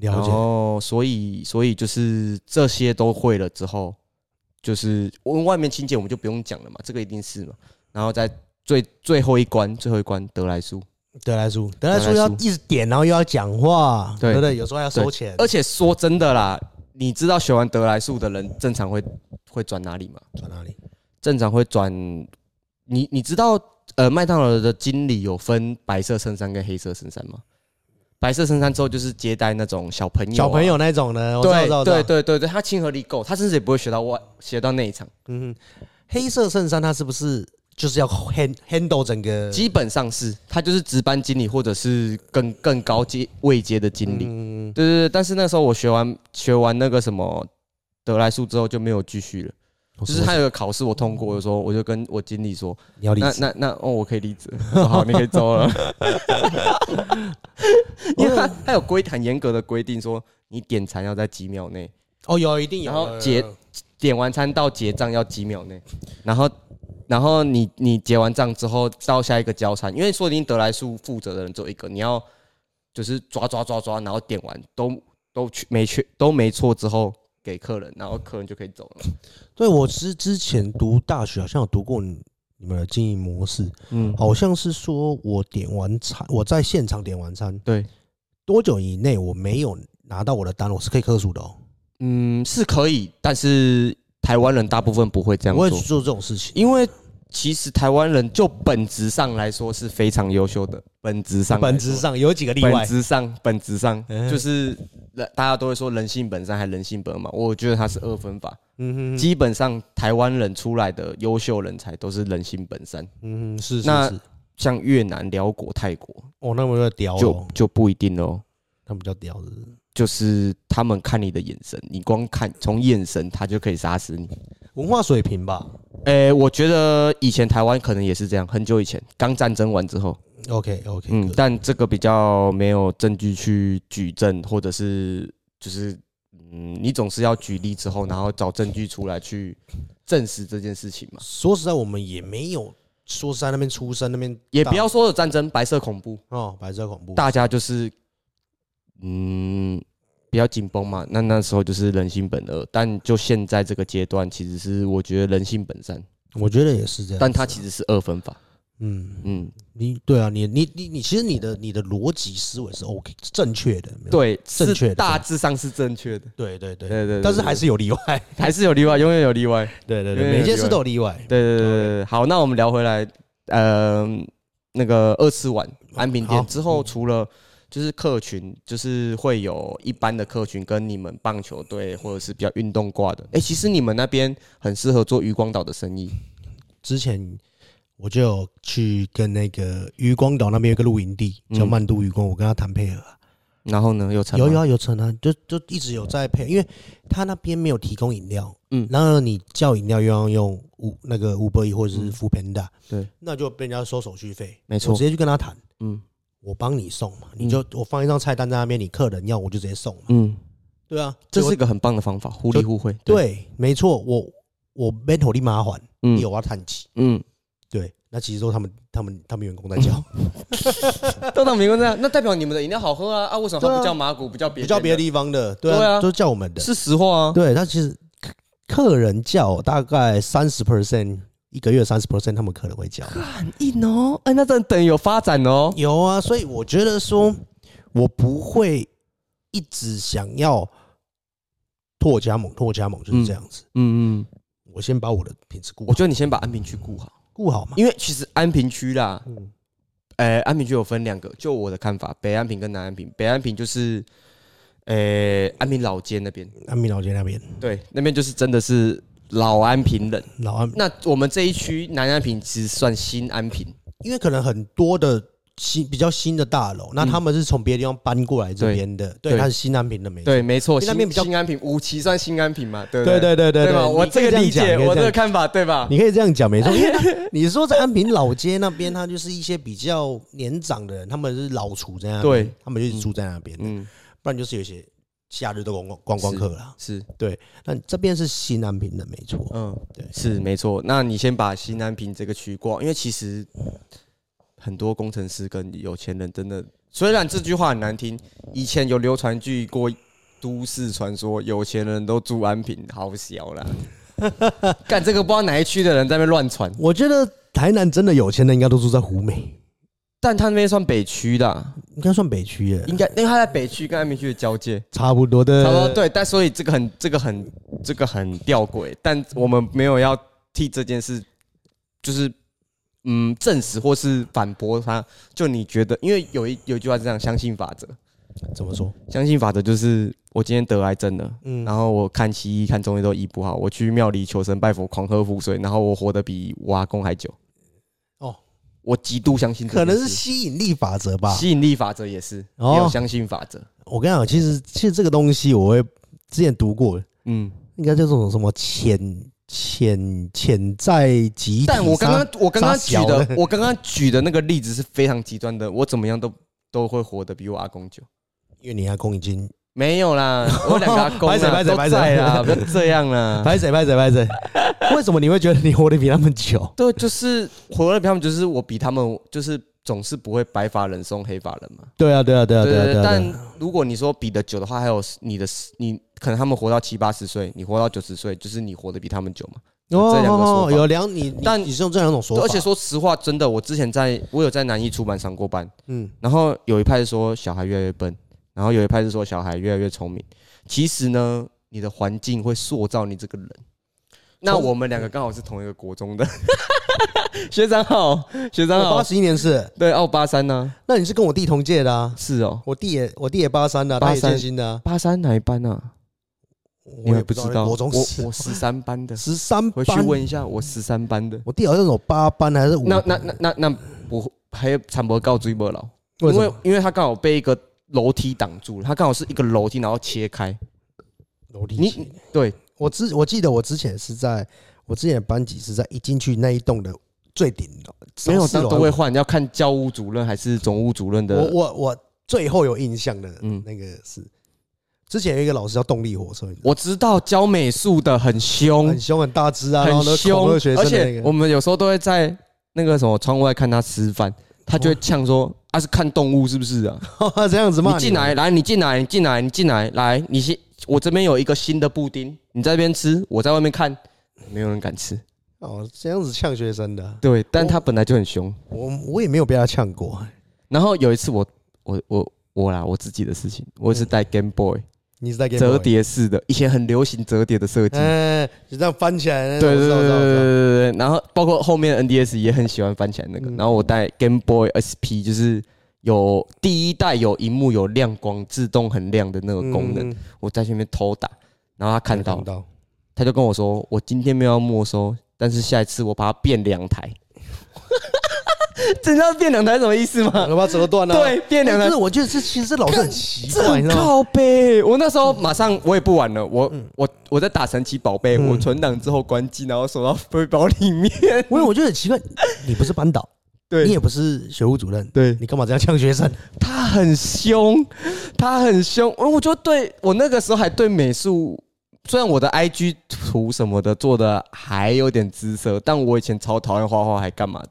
S2: 了解
S1: 然。后，所以，所以就是这些都会了之后，就是我们外面清洁我们就不用讲了嘛，这个一定是嘛。然后在最最后一关，最后一关得来速，
S2: 德莱叔，德莱叔
S1: 德莱
S2: 要
S1: 叔
S2: 一直点，然后又要讲话，
S1: 对
S2: 对不对？呃有时候还要收钱，
S1: 而且说真的啦，你知道学完得来速的人正常会会转哪里吗？
S2: 转哪里？
S1: 正常会转你你知道呃麦当劳的经理有分白色衬衫跟黑色衬衫吗？白色衬衫之后就是接待那种小朋友、
S2: 小朋。友那种呢？我知道，知道
S1: 对
S2: 知
S1: 对
S2: 道
S1: 对对对，他亲和力够，他甚至也不会学到外学到内场，
S2: 嗯，黑色衬衫它是不是就是要 hand handle 整个？
S1: 基本上是他就是值班经理或者是更更高阶位阶的经理。
S2: 嗯，
S1: 对对对，但是那时候我学完学完那个什么德莱速之后就没有继续了，就是他有个考试我通过，我说我就跟我经理说，
S2: 你要理
S1: 那
S2: 解，
S1: 那那哦，我可以离职，我 说好，你可以走了， 因为他他有规很严格的规定说，你点餐要在几秒内，
S2: 哦，有一定有，
S1: 然后
S2: 有
S1: 结
S2: 有
S1: 点完餐到结账要几秒内，然后然后你你结完账之后到下一个交餐，因为说已经得来速负责的人只有一个，你要就是抓抓抓抓，然后点完都都去没去都没错之后给客人，然后客人就可以走了。
S2: 对我之之前读大学好像有读过你你们的经营模式，
S1: 嗯，
S2: 好像是说我点完餐，我在现场点完餐
S1: 对，
S2: 多久以内我没有拿到我的单，我是可以克数的哦，
S1: 嗯是可以，但是台湾人大部分不会这样
S2: 不会
S1: 做，
S2: 做这种事情。
S1: 因为。其实台湾人就本质上来说是非常优秀的，本质上来说
S2: 本质上有几个例
S1: 本
S2: 外，
S1: 质上，本质上
S2: 嗯
S1: 就是人大家都会说人性本善还人性本恶嘛，我觉得它是二分法。
S2: 嗯哼
S1: 基本上台湾人出来的优秀人才都是人性本善，
S2: 嗯哼，是是
S1: 那
S2: 是，
S1: 像越南、辽国、泰国
S2: 哦，那么要屌
S1: 就
S2: 哦，
S1: 就不一定喽。
S2: 那么叫屌是不是
S1: 就是他们看你的眼神，你光看从眼神，他就可以杀死你。
S2: 文化水平吧
S1: 诶、我觉得以前台湾可能也是这样，很久以前刚战争完之后，
S2: ？OK OK，
S1: 嗯，但这个比较没有证据去举证，或者是就是嗯，你总是要举例之后，然后找证据出来去证实这件事情嘛。
S2: 说实在，我们也没有说是在那边出生，那边
S1: 也不要说有战争、白色恐怖，
S2: 哦，白色恐怖。
S1: 大家就是嗯比较紧绷嘛。那那时候就是人性本恶，但就现在这个阶段，其实是我觉得人性本善，
S2: 我觉得也是这样。
S1: 但它其实是二分法。
S2: 嗯，
S1: 嗯，
S2: 你对啊，你你你你，其实你的你的逻辑思维是 OK 是正确的，没有
S1: 对，
S2: 正确的
S1: 是大致上是正确的。
S2: 对对对
S1: 对对对
S2: 但是
S1: 对
S2: 还是有例外，
S1: 还是有例外，永远有例外。
S2: 对对
S1: 对
S2: 对，每件事都有例外。
S1: 对对对对对，好，那我们聊回来，呃，那个二次碗安平
S2: 好
S1: 店之后，除了就是客群，就是会有一般的客群跟你们棒球队或者是比较运动挂的。哎、其实你们那边很适合做渔光岛的生意。
S2: 之前我就有去跟那个渔光岛那边有一个露营地叫
S1: 嗯
S2: 曼都渔光，我跟他谈配合啊，
S1: 然后呢，有成
S2: 有
S1: 吗哦
S2: 有啊有成啊，就就一直有在配合，因为他那边没有提供饮料，
S1: 嗯
S2: 然后你叫饮料又要用五那个 Uber E 或者是 f o o Panda，
S1: 嗯对，
S2: 那就被人家收手续费，
S1: 没错
S2: 我直接去跟他谈，
S1: 嗯
S2: 我帮你送嘛，你就我放一张菜单在那边，你客人要我就直接送嘛，
S1: 嗯，
S2: 对啊，
S1: 这是
S2: 结果
S1: 一个很棒的方法，互利互惠。，
S2: 对，没错，我我 mental 立马还，
S1: 嗯
S2: 你有要啊叹气，
S1: 嗯，
S2: 对，那其实都他们他们他们员工在叫，
S1: 都当民工这样，啊那代表你们的饮料好喝啊啊！为什么
S2: 对
S1: 它
S2: 啊
S1: 不叫麻古，不叫别
S2: 不叫别的
S1: 的？
S2: 地方的，对
S1: 对啊
S2: 都叫我们的，
S1: 是实话啊。
S2: 对，他其实客客人叫大概三十 percent，一个月三十 percent，他们可能会叫。
S1: 很硬哦，哎，那这等于有发展哦。
S2: 有啊，所以我觉得说，我不会一直想要拓加盟，拓加盟就是这样子。
S1: 嗯嗯，
S2: 我先把我的品质顾
S1: 我
S2: 好
S1: 觉得你先把安平区顾好。
S2: 顾好嘛。
S1: 因为其实安平区啦，
S2: 嗯
S1: 呃，安平区有分两个，就我的看法，北安平跟南安平。北安平就是，呃，安平老街那边，
S2: 安民老街那边，
S1: 对，那边就是真的是老安平人。
S2: 老安
S1: 那我们这一区南安平其实算新安平，
S2: 因为可能很多的新比较新的大楼，那他们是从别的地方搬过来这边的，嗯对，
S1: 对
S2: 它是新南平的没错。
S1: 对，没错，
S2: 因为
S1: 新
S2: 那边比较
S1: 新安平，五期算新安平嘛，对不
S2: 对对对对
S1: 对吧？
S2: 对
S1: 我
S2: 你可
S1: 这
S2: 以
S1: 个
S2: 这样
S1: 理
S2: 讲你
S1: 解，
S2: 可以
S1: 我这
S2: 这
S1: 个
S2: 样
S1: 看法对吧？
S2: 你可以这样讲，没错。 因为它你说在安平老街那边，它就是一些比较年长的人，他们是老厨在那边，
S1: 对，
S2: 他们就是住在那边的，
S1: 嗯，
S2: 不然就是有些假日都观光观光客啦。
S1: 是，
S2: 那这边是新安平的，没错。
S1: 嗯，
S2: 对
S1: 是没错。那你先把新安平这个区逛，因为其实很多工程师跟有钱人真的，虽然这句话很难听，以前有流传句过都市传说，有钱人都住安平，好小啦。干这个不知道哪一区的人在那边乱传，
S2: 我觉得台南真的有钱的应该都住在湖美，
S1: 但他那边算北区的，
S2: 应该算北区耶，
S1: 应该因为他在北区跟安平区的交界。
S2: 差不多的。
S1: 差不多对，但所以这个很、这个很、这个很吊诡，但我们没有要替这件事，就是嗯证实或是反驳他。就你觉得，因为有一有一句话是这样：相信法则，
S2: 怎么说？
S1: 相信法则就是我今天得癌症了，
S2: 嗯
S1: 然后我看西医、看中医都医不好，我去庙里求神拜佛，狂喝符水，然后我活得比我阿公还久。
S2: 哦，
S1: 我极度相信这
S2: 可
S1: 件事，
S2: 能是吸引力法则吧。
S1: 吸引力法则也是，
S2: 哦
S1: 也有相信法则。
S2: 我跟你讲，其实其实这个东西我会之前读过，
S1: 嗯，
S2: 应该叫做什么潜潜潜在集体杀。
S1: 但我刚刚我刚刚举
S2: 杀小
S1: 的我刚刚举的那个例子是非常极端的，我怎么样都都会活得比我阿公久。
S2: 因为你阿公已经
S1: 没有啦，我两个阿公
S2: 拍谁
S1: 啊
S2: 拍谁
S1: 都
S2: 拍谁
S1: 在啦，不要这样啦。
S2: 啊拍谁拍谁拍谁，为什么你会觉得你活得比他们久？
S1: 对，就是活得比他们，就是我比他们，就是总是不会白发人送黑发人嘛。
S2: 对啊对啊对啊对啊对啊！
S1: 但如果你说比得久的话，还有你的你可能他们活到七八十岁，你活到九十岁，就是你活得比他们久嘛。有这两个说
S2: 哦
S1: 法
S2: 有两你你
S1: 但
S2: 你是用这两种说法，
S1: 而且说实话，真的，我之前在我有在南艺出版上过班，
S2: 嗯
S1: 然后有一派是说小孩越来越笨，然后有一派是说小孩越来越聪明。其实呢，你的环境会塑造你这个人。那我们两个刚好是同一个国中的， 学长好，学长
S2: 我八
S1: 好，
S2: 十一年是，
S1: 对，哦，八三呢？
S2: 那你是跟我弟同届的啊，
S1: 是哦，
S2: 我弟也我弟也八三的
S1: 83
S2: 啊，他也建新的啊，
S1: 八三哪一班啊？你
S2: 我也
S1: 们不知道，
S2: 我
S1: 我
S2: 中
S1: 我十三班的，
S2: 十三
S1: 回
S2: 班，
S1: 去问一下，我十三班的。
S2: 我弟好像有八班还是五？
S1: 那那那那那我还有惨不告追不老，
S2: 为
S1: 因
S2: 什
S1: 为
S2: 么
S1: 因为他刚好被一个楼梯挡住了，他刚好是一个楼梯，然后切开。
S2: 楼梯
S1: 你
S2: 级？
S1: 对，
S2: 我之我记得我之前是在我之前的班级是在一进去那一栋的最顶楼，
S1: 没有，当
S2: 上四楼
S1: 都会换，要看教务主任还是总务主任
S2: 我
S1: 的。
S2: 我我最后有印象的，
S1: 嗯
S2: 那个是之前有一个老师叫动力火车，你知道
S1: 我知道教美术的很
S2: 吗
S1: 凶
S2: 很，凶很大只啊，然后
S1: 很
S2: 呢
S1: 凶
S2: 恐吓学，
S1: 而
S2: 生的那
S1: 且我
S2: 个，
S1: 们有时候都会在那个什么窗外看他吃饭，他就会呛说：“啊，是看动物是不是啊？
S2: 这样子
S1: 你
S2: 哦骂
S1: 进来，来，你进来，你进来，你进来，来，你先，我这边有一个新的布丁，你在这边吃，我在外面看，没有人敢吃。
S2: 哦，这样子呛学生的，
S1: 对，但他本来就很凶。
S2: 我我也没有被他呛过，
S1: 然后有一次我我我我啦，我自己的事情，我是带 Game Boy
S2: 你是在给
S1: 折，叠式的，以前很流行折叠的设计。
S2: 嗯，就这样翻起来，
S1: 对
S2: 我
S1: 对
S2: 知
S1: 对对
S2: 道我知道我知道
S1: 对对，然后包括后面的 NDS 也很喜欢翻起来那个，
S2: 嗯
S1: 然后我带 Game Boy SP 就是有第一代有荧幕有亮光自动很亮的那个功能，
S2: 嗯嗯
S1: 我在前面偷打，然后他看到
S2: 看到，
S1: 他就跟我说，我今天没有要没收，但是下一次我把它变两台，你知道变两台是什么意思吗？
S2: 我把它折断了，
S1: 对，变两台
S2: 但是我觉得这其实这老师很奇
S1: 这
S2: 怪，你
S1: 很
S2: 知道吗？
S1: 靠背，我那时候马上我也不玩了，我我我在打神奇宝贝，
S2: 嗯
S1: 我存档之后关机，然后手到背包里面。
S2: 我我觉得很奇怪，你不是班导，你
S1: 对
S2: 也不是学务主任，
S1: 对，
S2: 你干嘛这样呛学生？
S1: 他很凶，他很凶。我我就对我那个时候还对美术，虽然我的 IG 图什么的做的还有点姿色，但我以前超讨厌画画，还干嘛的？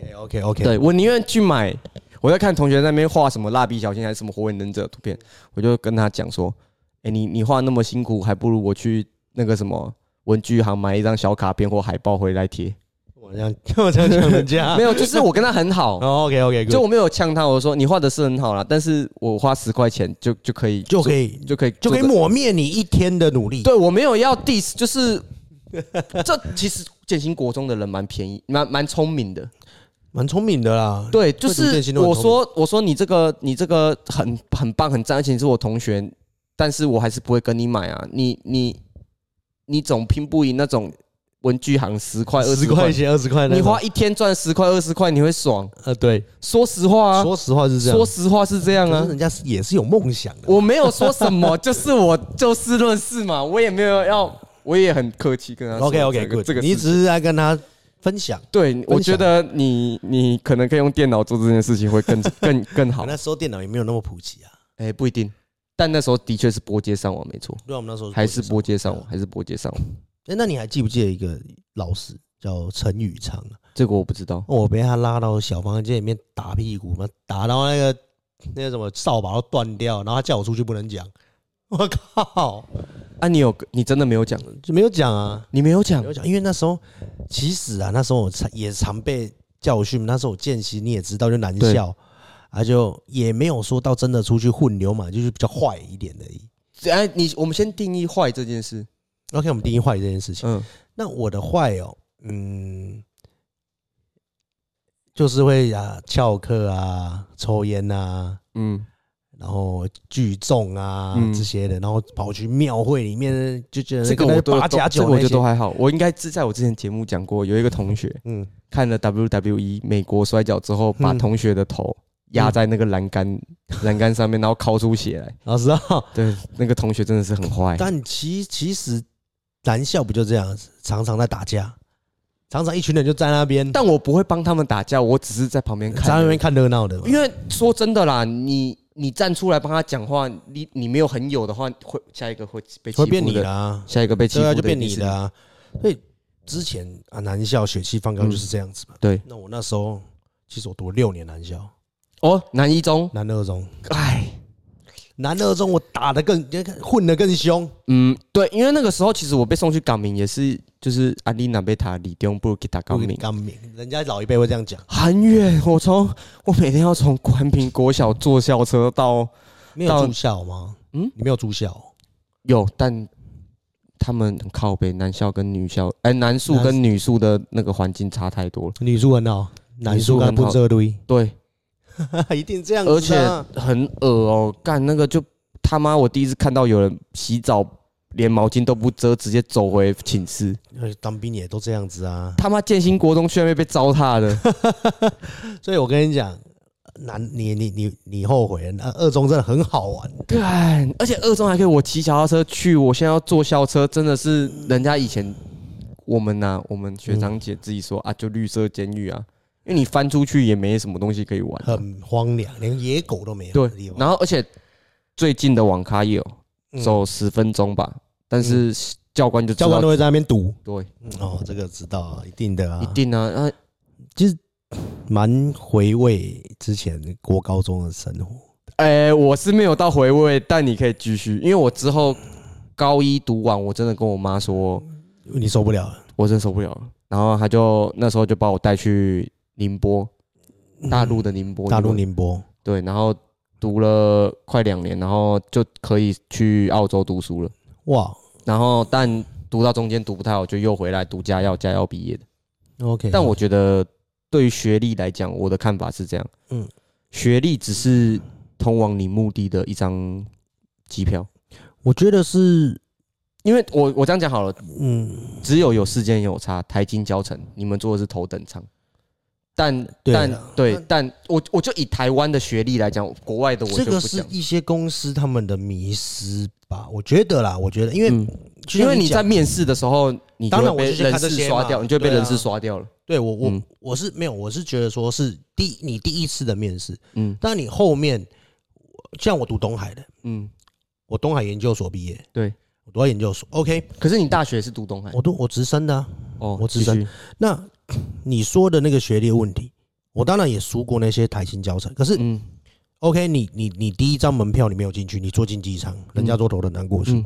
S2: OK OK OK，
S1: 对我宁愿去买。我在看同学在那边画什么蜡笔小新还是什么火影忍者的图片，我就跟他讲说：“哎、你你画那么辛苦，还不如我去那个什么文具行买一张小卡片或海报回来贴。
S2: 我这样我这样呛人家，
S1: 没有，就是我跟他很 好，
S2: OK OK，
S1: 就
S2: 哦就
S1: 我没有呛他，我说你画的是很好啦，但是我花十块钱就就可以
S2: 就可
S1: 以
S2: 以
S1: 就可以
S2: 就可以
S1: 做得。
S2: 抹灭你一天的努力。
S1: 对我没有要 diss，就是 这其实建新国中的人蛮便宜，蛮蛮聪明的。
S2: 蛮聪明的啦。
S1: 对，就
S2: 会读电信
S1: 是
S2: 都很
S1: 我
S2: 聪
S1: 说我说你这个你这个很很棒很赞，而且你是我同学，但是我还是不会跟你买啊。你你你总拼不赢那种文具行十块二十
S2: 十块，钱、二十块那
S1: 你
S2: 种，
S1: 花一天赚十块二十块，你会爽。
S2: 呃对，
S1: 说实话啊，
S2: 说实话是这样，
S1: 说实话是这样
S2: 可
S1: 啊
S2: 是，人家是也是有梦想的。
S1: 我没有说什么， 就是我就事论事嘛，我也没有要，我也很客气跟他说
S2: OK
S1: 这
S2: OK
S1: 个
S2: good，
S1: 这个
S2: 你
S1: 事
S2: 只是在跟他分享，
S1: 对，我
S2: 分享
S1: 觉得你你可能可以用电脑做这件事情会更 更更好。
S2: 那时候电脑也没有那么普及啊。
S1: 哎、不一定，但那时候的确是拨接上网，没错，
S2: 对啊，我们那时候
S1: 还是拨
S2: 播。
S1: 接上网，还是拨接上网。
S2: 哎，那你还记不记得一个老师叫陈宇昌啊？
S1: 这个我不知道，
S2: 我被他拉到小房间里面打屁股嘛，打到那个那个什么扫把都断掉，然后他叫我出去不能讲，我靠，
S1: 啊，你有你真的没有讲，
S2: 就没有讲啊，
S1: 你没有讲
S2: 没有讲，因为那时候其实啊，那时候我常也常被教训，那时候我见习你也知道，就男
S1: 对
S2: 校，啊就也没有说到真的出去混流嘛，就是比较坏一点而已。
S1: 哎、你我们先定义坏这件事。
S2: OK，我们定义坏这件事情，
S1: 嗯，
S2: 那我的坏哦，嗯，就是会啊翘课啊，抽烟啊。
S1: 嗯，
S2: 然后聚众啊、
S1: 嗯
S2: 这些的，然后跑去庙会里面就觉得
S1: 这个
S2: 呃跟那
S1: 我都
S2: 八加
S1: 这
S2: 九
S1: 个我
S2: 那
S1: 觉得
S2: 些
S1: 都，还好。我应该是在我之前节目讲过，有一个同学
S2: 嗯，
S1: 看了 WWE 美国摔跤之后，把
S2: 嗯
S1: 同学的头压在那个栏杆栏杆上面，然后敲出血来。
S2: 老师啊，
S1: 对，那个同学真的是很坏。
S2: 但其其实男校不就这样，常常在打架，常常一群人就在那边，
S1: 但我不会帮他们打架，我只是在旁边
S2: 在那
S1: 看。
S2: 边看热闹的嘛，
S1: 因为说真的啦，你你站出来帮他讲话，你你没有很有的话，会下一个会被欺负
S2: 会变你
S1: 的，
S2: 的啊，
S1: 下一个被欺
S2: 对
S1: 负的
S2: 啊，就变
S1: 一定
S2: 你
S1: 是
S2: 的。啊，所以之前啊，男校血气方刚
S1: 嗯
S2: 就是这样子嘛。
S1: 对，
S2: 那我那时候其实我读六年男校，
S1: 哦，南一中，
S2: 男二中，
S1: 哎，
S2: 男二中我打的更混的更凶，
S1: 嗯，对，因为那个时候其实我被送去港民也是，就是啊安利南贝塔里中布鲁吉塔港民，
S2: 刚明，人家老一辈会这样讲。
S1: 很远，我从我每天要从关平国小坐校车到
S2: 没
S1: 到
S2: 有住校吗？
S1: 嗯
S2: 嗯，你没有住校，
S1: 有，但他们很靠北，男校跟女校，哎、男宿
S2: 男
S1: 跟女宿的那个环境差太多了。
S2: 女宿很好，男宿跟不 这堆，
S1: 对，
S2: 一定这样
S1: 而
S2: 子
S1: 且
S2: 啊。
S1: 很恶哦，干那个就他妈，我第一次看到有人洗澡连毛巾都不遮，直接走回寝室，
S2: 呃当兵也都这样子啊。
S1: 他妈建新国中居然被糟蹋 的。
S2: 所以我跟你讲，男你你你你后悔了。那二中真的很好玩，
S1: 嗯干，而且二中还可以我骑脚踏车去，我现在要坐校车，真的是人家以前我们呐、我们学长姐自己说、啊，就绿色监狱啊，因为你翻出去也没什么东西可以玩、啊。
S2: 很荒凉，连野狗都没有
S1: 对
S2: 的地，方。
S1: 然后而且最近的网咖也有，
S2: 嗯
S1: 走十分钟吧，但是教官就知
S2: 教官
S1: 道
S2: 都，会在那边堵。
S1: 对，
S2: 嗯哦，这个知道啊，一定的啊，
S1: 一定啊，那
S2: 蛮回味之前国高中的生活。
S1: 哎、我是没有到回味，但你可以继续，因为我之后高一读完，我真的跟我妈说，
S2: 你受不了了，
S1: 我真的受不了了，然后她就那时候就把我带去宁波，大陆的宁波，
S2: 嗯大陆
S1: 宁
S2: 宁波，
S1: 波对，然后读了快两年，然后就可以去澳洲读书了，
S2: 哇
S1: 然后但读到中间读不太好，就又回来读家药，家药毕业的。
S2: ，OK。
S1: 但我觉得对于学历来讲，我的看法是这样，嗯
S2: 嗯，
S1: 学历只是通往你目的的一张机票。
S2: 我觉得是，
S1: 因为我我这样讲好了，
S2: 嗯，
S1: 只有有事件有差，台金交城，你们坐的是头等舱，但
S2: 对啊
S1: 但对，但我我就以台湾的学历来讲，国外的我
S2: 这
S1: 就
S2: 个
S1: 不
S2: 是
S1: 讲，
S2: 一些公司他们的迷失吧，我觉得啦，我觉得，因为、
S1: 嗯
S2: 就
S1: 因
S2: 像
S1: 为你在
S2: 讲
S1: 面试的时候，你就
S2: 当然
S1: 会
S2: 我
S1: 被
S2: 是先
S1: 人
S2: 看这
S1: 事
S2: 些
S1: 刷
S2: 嘛
S1: 掉，你就被
S2: 对啊
S1: 人事刷掉了。
S2: 对我我、
S1: 嗯
S2: 我是没有，我是觉得说是第你第一次的面试，
S1: 嗯
S2: 但你后面像我读东海的，
S1: 嗯，
S2: 我东海研究所毕业，
S1: 对，
S2: 我读到研究所，OK，
S1: 可是你大学是读东海
S2: 我读我直升的、啊，
S1: 哦，
S2: 我只
S1: 继续
S2: 那你说的那个学历问题，我当然也输过那些台新教程，可是
S1: 嗯
S2: OK，你你你第一张门票你没有进去，你坐进机舱，人家坐头等舱过去，
S1: 嗯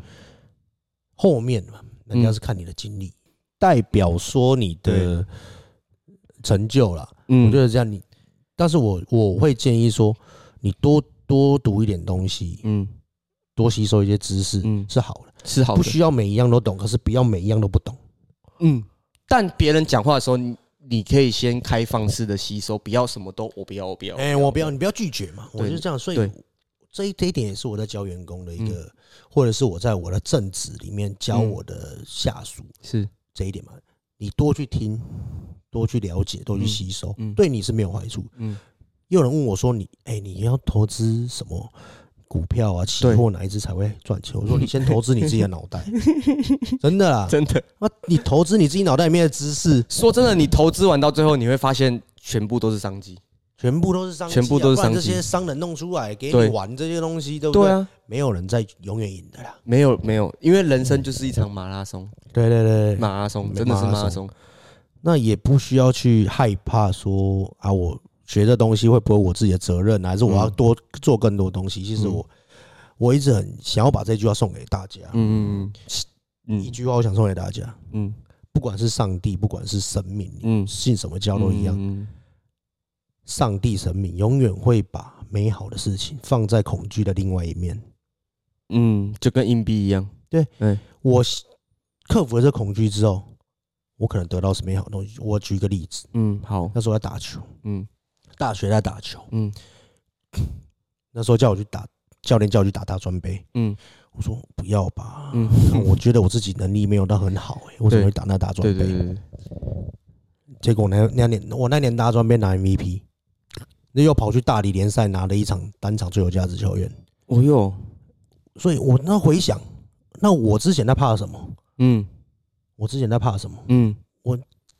S2: 后面嘛，人家是看你的经历，
S1: 嗯
S2: 代表说你的成就啦。
S1: 嗯，
S2: 我觉得这样你，但是我我会建议说，你多多读一点东西，
S1: 嗯
S2: 多吸收一些知识
S1: 嗯
S2: 是好的，
S1: 是好
S2: 不
S1: 的，
S2: 需要每一样都懂，可是不要每一样都不懂。
S1: 嗯，但别人讲话的时候，你你可以先开放式的吸收，不要什么都我不要我不要，
S2: 哎，我不要你不要拒绝嘛，
S1: 对
S2: 我就这样，所以
S1: 对
S2: 这一这一点也是我在教员工的一个，或者是我在我的正职里面教
S1: 嗯
S2: 我的下属。
S1: 是
S2: 这一点嘛。你多去听，多去了解，多去吸收，
S1: 嗯嗯
S2: 对你是没有坏处。
S1: 嗯，
S2: 也有人问我说你：“哎、你要投资什么股票啊？期
S1: 对
S2: 货哪一只才会赚钱？”我说：“你先投资你自己的脑袋， 真的啦。
S1: 真的。
S2: 那你投资你自己脑袋里面的知识，
S1: 说真的，你投资完到最后，你会发现全部都是商机。
S2: 全部都是商机啊，
S1: 全部都是
S2: 不然
S1: 商机
S2: 这些商人弄出来给
S1: 对
S2: 你玩这些东西，对不
S1: 对啊，
S2: 没有人在永远赢的啦。
S1: 没有没有，因为人生就是一场马拉松，
S2: 对对对
S1: 马拉松真的是马拉松。
S2: 那也不需要去害怕说啊，我学这东西会不会我自己的责任啊，还是我要
S1: 嗯
S2: 多做更多东西？其实
S1: 嗯
S2: 我我一直很想要把这句话送给大家，
S1: 嗯
S2: 一
S1: 嗯
S2: 句话我想送给大家，
S1: 嗯
S2: 不管是上帝，不管是神明，
S1: 嗯，
S2: 信什么教都一样，
S1: 样。
S2: 上帝神明永远会把美好的事情放在恐惧的另外一面。
S1: 嗯，就跟硬币一样。
S2: 我克服了这恐惧之后，我可能得到是美好的东西。我举一个例子，
S1: 嗯，好。
S2: 那时候在打球，
S1: 嗯
S2: 大学在打球，
S1: 嗯
S2: 那时候叫我去打，教练叫我去打大专杯，
S1: 嗯
S2: 我说不要吧，
S1: 嗯，
S2: 我觉得我自己能力没有到很好、欸，我怎么会打那大专
S1: 对
S2: 杯？
S1: 对对，对
S2: 结果那那年我那年大专杯拿 MVP，那又跑去大理联赛拿了一场单场最有价值球员，
S1: 哦哟，
S2: 所以我那回想，那我之前在怕什么？
S1: 嗯
S2: 我之前在怕什么？
S1: 嗯。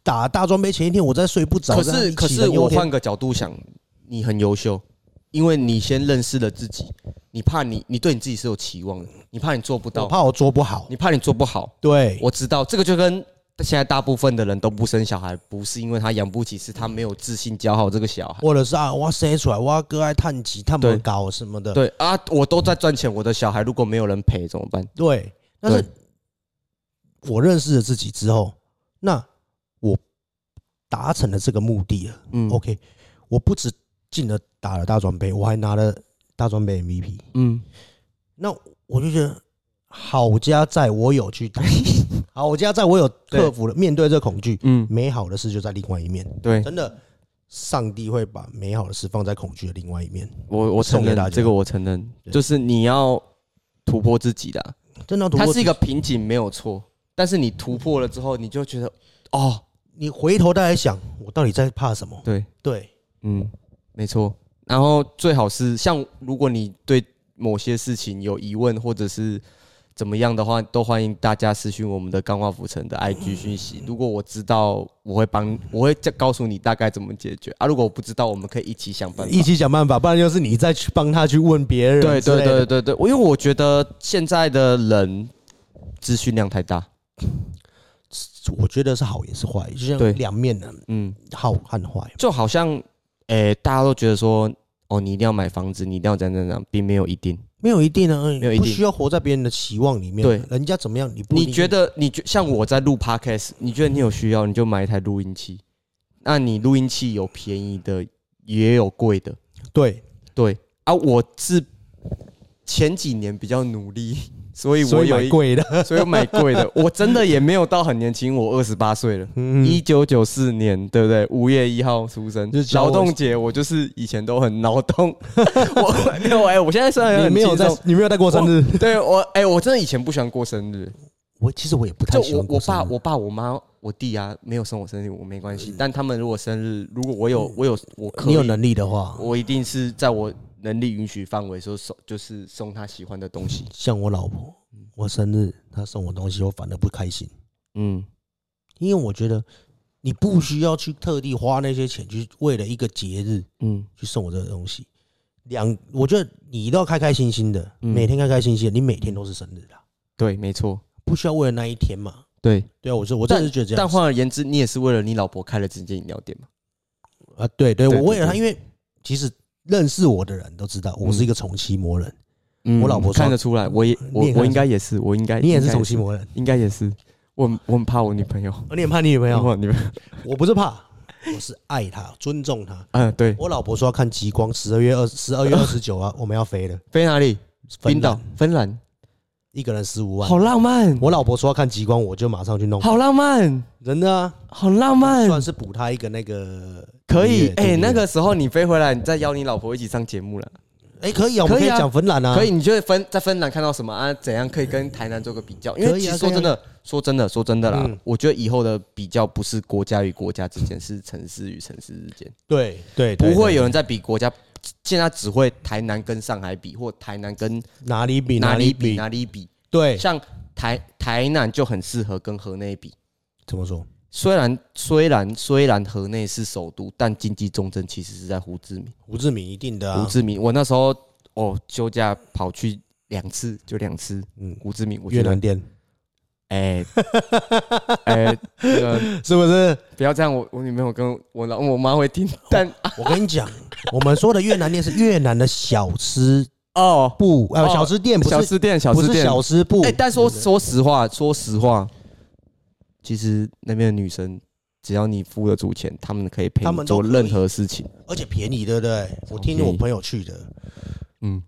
S2: 打大专杯前一天我在睡不着，
S1: 可
S2: 在那
S1: 是
S2: 里
S1: 可
S2: 杞
S1: 是
S2: 人忧
S1: 我
S2: 天
S1: 换个角度想，你很优秀，因为你先认识了自己，你怕你你对你自己是有期望的，你怕你做不
S2: 我
S1: 到，
S2: 怕我做不好，
S1: 你怕你做不好。
S2: 对，
S1: 我知道这个就跟现在大部分的人都不生小孩，不是因为他养不起，是他没有自信教好这个小孩。
S2: 或者是啊，我生出来我要割爱探级，探
S1: 对
S2: 不高什么的，
S1: 对啊，我都在赚钱，我的小孩如果没有人陪怎么办？
S2: 对，但是我认识了自己之后，那我达成了这个目的了。
S1: 嗯
S2: OK，我不止进了打了大专杯，我还拿了大专杯 MVP。
S1: 嗯
S2: 那我就觉得好家在我有 去打，好家在我有克服了面对这恐惧，
S1: 嗯，
S2: 美好的事就在另外一面。
S1: 对
S2: 真的，上帝会把美好的事放在恐惧的另外一面。
S1: 我我承
S2: 送给大
S1: 认
S2: 家
S1: 这个我承认，
S2: 对
S1: 就是你要突破自己的，
S2: 真的，啊
S1: 它是一个瓶颈没有错，但是你突破了之后，你就觉得哦，
S2: 你回头再来想，我到底在怕什么？
S1: 对，
S2: 对，
S1: 嗯，没错。然后最好是像如果你对某些事情有疑问或者是怎么样的话，都欢迎大家私讯我们的钢化浮城的 IG 讯息。如果我知道，我会帮，我会再告诉你大概怎么解决啊。如果我不知道，我们可以一起想办法。
S2: 一起想办法，不然就是你再去帮他去问别人。
S1: 对对对，对对，我因为我觉得现在的人资讯量太大，
S2: 我觉得是好也是坏，就
S1: 对
S2: 像两面的
S1: 嗯，
S2: 好和坏。
S1: 就好像诶、大家都觉得说，哦，你一定要买房子，你一定要怎样怎样怎样，并没有一定。
S2: 没有一定呢，
S1: 没有一
S2: 不
S1: 定
S2: 需要活在别人的期望里面。啊
S1: 对
S2: 人家怎么样，你不一定
S1: 你觉得你觉像我在录 podcast，你觉得你有需要，你就买一台录音器。那你录音器有便宜的，也有贵的，
S2: 对？
S1: 对啊。我是前几年比较努力， 所以
S2: 所
S1: 我
S2: 以
S1: 有
S2: 买
S1: 一，
S2: 贵的，
S1: 所以我买贵 的。我真的也没有到很年轻，我二十八岁了。
S2: 嗯
S1: 一九九四年，对不对？五月一号出生
S2: 就是，教我
S1: 劳动节，我就是以前都很劳 动。我 没有哎、我现在虽然
S2: 你
S1: 很
S2: 没有
S1: 轻
S2: 在
S1: 松，
S2: 你没有在过生日。
S1: 对我哎、我真的以前不喜欢过生日，
S2: 我其实我也不太
S1: 就
S2: 喜
S1: 我
S2: 欢过
S1: 我
S2: 生
S1: 爸、
S2: 日
S1: 我爸、我妈、我弟啊，没有送我生日，我没关系。但他们如果生日，如果我有我嗯有我可
S2: 你有
S1: 以，
S2: 能力的话，
S1: 我一定是在我能力允许范围说送，就是送他喜欢的东西。
S2: 像我老婆，我生日她送我东西，我反而不开心，
S1: 嗯，
S2: 因为我觉得你不需要去特地花那些钱去为了一个节日
S1: 嗯
S2: 去送我这个东西。两，我觉得你一定要开开心心的，
S1: 嗯
S2: 每天开开心心的，你每天都是生日啦，
S1: 对，没错，
S2: 不需要为了那一天嘛。
S1: 对。
S2: 对啊，我是我真的是觉得这样
S1: 但
S2: 子。
S1: 换而言之，你也是为了你老婆开了这间饮料店嘛？
S2: 啊，对对，
S1: 对
S2: 我为了他，
S1: 对对
S2: 因为其实认识我的人都知道，我是一个重期魔人，
S1: 嗯
S2: 我老婆说
S1: 看得出来，我也
S2: 你
S1: 我
S2: 也看得出来
S1: 我应该也是，我应该
S2: 你也
S1: 应
S2: 是
S1: 该
S2: 重期魔人，
S1: 应该也是。我很我很怕我女朋友，
S2: 你很怕你女朋
S1: 没
S2: 友，
S1: 有女朋友，
S2: 我不是怕，我是爱她，尊重她。
S1: 嗯，对，
S2: 我老婆说要看极光，十二月二十二月二十九啊，我们要飞了，
S1: 飞哪里？
S2: 芬
S1: 冰岛
S2: 兰，
S1: 芬兰，
S2: 一个人十五万。
S1: 好浪漫，
S2: 我老婆说要看极光，我就马上去弄，
S1: 嗯好浪漫，
S2: 真的啊，
S1: 好浪漫，
S2: 算是补她一个那个
S1: 可以，
S2: 哎、
S1: 哎、那个时候你飞回来，你再邀你老婆一起上节目了。
S2: 哎、可以啊，我们
S1: 可
S2: 可
S1: 以
S2: 以
S1: 啊
S2: 讲芬兰啊，
S1: 可以，你就会分在芬兰看到什么啊？怎样可以跟台南做个比较？因为
S2: 可以
S1: 其
S2: 啊
S1: 实说真的，说真的，说真的啦，
S2: 嗯
S1: 我觉得以后的比较不是国家与国家之间，是城市与城市之间，
S2: 对对，对
S1: 不会
S2: 对
S1: 有人在比国家。现在只会台南跟上海比，或台南跟
S2: 哪里比
S1: 哪
S2: 里
S1: 里比哪里比。
S2: 对，
S1: 像台台南就很适合跟河内比，
S2: 怎么说？
S1: 虽然虽然虽然河内是首都，但经济重镇其实是在胡志明。
S2: 胡志明一定的
S1: 胡
S2: 啊，
S1: 志明，我那时候哦休假跑去两次，就两次。
S2: 嗯，
S1: 胡志明，我
S2: 越
S1: 觉得
S2: 南店
S1: 哎 哎，那个
S2: 是不是？
S1: 不要这样，我我女朋友跟我老我妈会听，
S2: 哦
S1: 但
S2: 我跟你讲，我们说的越南店是越南的小吃
S1: 哦，
S2: 部，呃，
S1: 哦
S2: 小吃店不
S1: 小
S2: 是
S1: 吃店，小
S2: 不
S1: 吃
S2: 是
S1: 店，
S2: 小吃部
S1: 哎、，但说说实话，说实话，其实那边的女生，只要你付得足钱，她们可以陪
S2: 她
S1: 你
S2: 们
S1: 做
S2: 都可
S1: 任
S2: 以
S1: 何事情。
S2: 而且便宜，对不对？我听
S1: 便宜
S2: 我朋友去的，
S1: 嗯，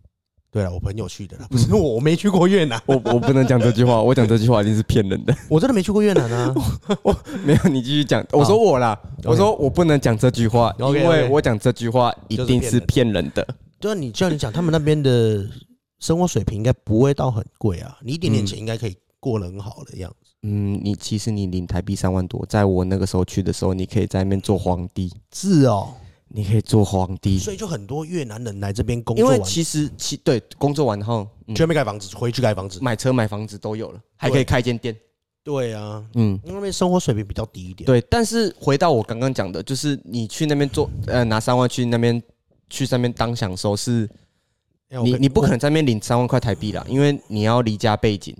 S2: 对啊了，我朋友去的啦，不是我，我没去过越南，
S1: 我我不能讲这句话，我讲这句话一定是骗人的。
S2: 我真的没去过越南 啊。
S1: 没有，你继续讲。我说我啦，我说我不能讲这句话，因
S2: OK，OK
S1: 为我讲这句话一
S2: 就是
S1: 定
S2: 骗
S1: 是
S2: 人
S1: 骗人的。
S2: 对啊，你就像你讲，他们那边的生活水平应该不会到很贵啊，你一点点钱应该可以过得很好的样子。
S1: 嗯，你其实你领台币三万多，在我那个时候去的时候，你可以在那边做皇帝，
S2: 是哦，
S1: 你可以做皇帝，
S2: 所以就很多越南人来这边工
S1: 因
S2: 作
S1: 为
S2: 完，
S1: 其实其对工作完后，嗯，
S2: 全没盖房子，回去盖房子。
S1: 买车买房子都有了，还可以
S2: 对
S1: 开间店。
S2: 对啊，
S1: 嗯，
S2: 因为那边生活水平比较低一点。
S1: 对，但是回到我刚刚讲的，就是你去那边做，呃，拿三万去那边去上面当享受是，
S2: 哎我
S1: 你
S2: 跟
S1: 你不可
S2: 我
S1: 能在那边领三万块台币啦，因为你要离家背景，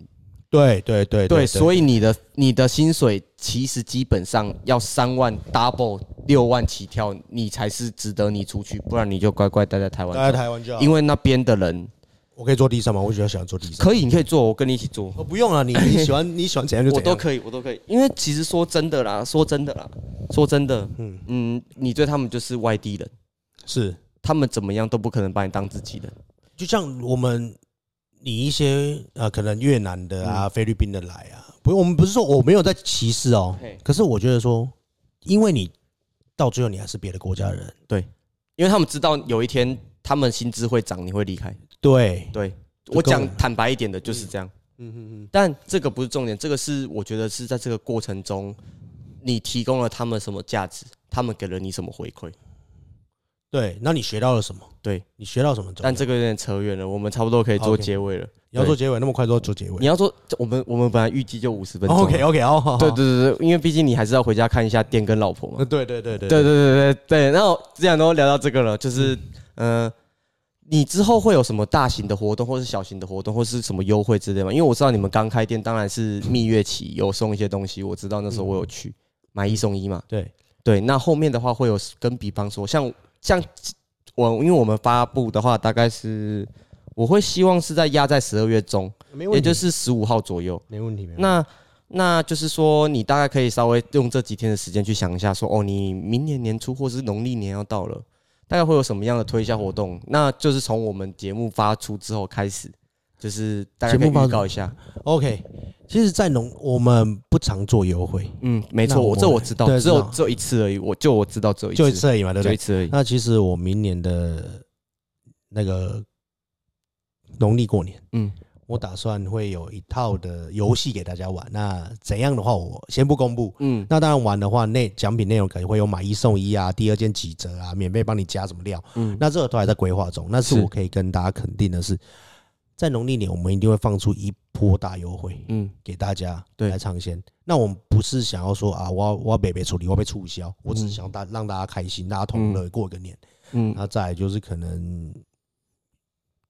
S2: 对对哎对
S1: 对，
S2: 以
S1: 所以你的你的薪水其实基本上要三万 double 六万起跳，你才是值得你出去，不然你就乖乖待在台
S2: 待在
S1: 湾，
S2: 台湾就好。
S1: 因为那边的
S2: 啊
S1: 人
S2: 我可以坐地上吗？我比较喜欢坐地上。
S1: 可以，你可以做，我跟你一起做，
S2: 哦，不用啊，你你喜欢你喜欢怎样就
S1: 我
S2: 怎
S1: 都
S2: 样。
S1: 可以，我都可以，因为其实说真的啦，说真的啦，说真的，嗯嗯，你对他们就是外地人。
S2: 是，
S1: 他们怎么样都不可能把你当自己人。
S2: 就像我们你一些呃，可能越南的啊、菲律宾的来啊，不，我们不是说我没有在歧视哦
S1: 嘿，
S2: 可是我觉得说，因为你到最后你还是别的国家人，
S1: 因为他们知道有一天他们薪资会涨，你会离开。
S2: 对，
S1: 对
S2: 就
S1: 我
S2: 跟我
S1: 讲坦白一点的就是这样，
S2: 嗯嗯嗯，
S1: 但这个不是重点，这个是我觉得是在这个过程中，你提供了他们什么价值，他们给了你什么回馈。
S2: 对，那你学到了什么？
S1: 对
S2: 你学到什么重要？
S1: 但这个有点扯远了，我们差不多可以做
S2: OK
S1: 结尾了。
S2: 你要做
S1: 对
S2: 结尾，那么快做做结
S1: 你
S2: 尾
S1: 要做，这我们我们本来预计就五十分钟。
S2: ？OK OK 哦，好
S1: 对对，对对，因为毕竟你还是要回家看一下店跟老婆嘛
S2: 好。 对对对对
S1: 对对对对对，然后既然都聊到这个了，就是嗯、呃你之后会有什么大型的活动，或是小型的活动，或是什么优惠之类吗？因为我知道你们刚开店，当然是蜜月期有送一些东西，我知道那时候我有去买一送一嘛。
S2: 对，
S1: 对，那后面的话会有跟比方说，像像我，因为我们发布的话，大概是我会希望是在压在十二月中，
S2: 没
S1: 也
S2: 问题，
S1: 就是十五号左右。
S2: 没问题，没问题。
S1: 那那就是说，你大概可以稍微用这几天的时间去想一下说哦，你明年年初或是农历年要到了，大概会有什么样的推销活动？那就是从我们节目发出之后开始，就是大概可以
S2: 节目发
S1: 预
S2: 出
S1: 告一下。
S2: OK，其实，在农我们不常做优惠，
S1: 嗯，没
S2: 那
S1: 错，
S2: 我
S1: 我这我知道，
S2: 对
S1: 只有
S2: 知道
S1: 只有一次而已，我就我知道只有一次，
S2: 就一次而已嘛，对不
S1: 就一
S2: 对？
S1: 次而已。
S2: 那其实我明年的那个农历过年，
S1: 嗯，
S2: 我打算会有一套的游戏给大家玩。那怎样的话，我先不公布。
S1: 嗯，
S2: 那当然玩的话，内奖品内容可能会有买一送一啊，第二件几折啊，免费帮你加什么料。
S1: 嗯
S2: 那这个都还在规划中。那是
S1: 是
S2: 我可以跟大家肯定的是，在农历年我们一定会放出一波大优惠。
S1: 嗯，
S2: 给大家
S1: 对
S2: 来尝鲜。那我们不是想要说啊，我要我要北北处理，我要被促销，我只是想大让大家开心，大家同乐过个年。
S1: 嗯
S2: 那再来就是可能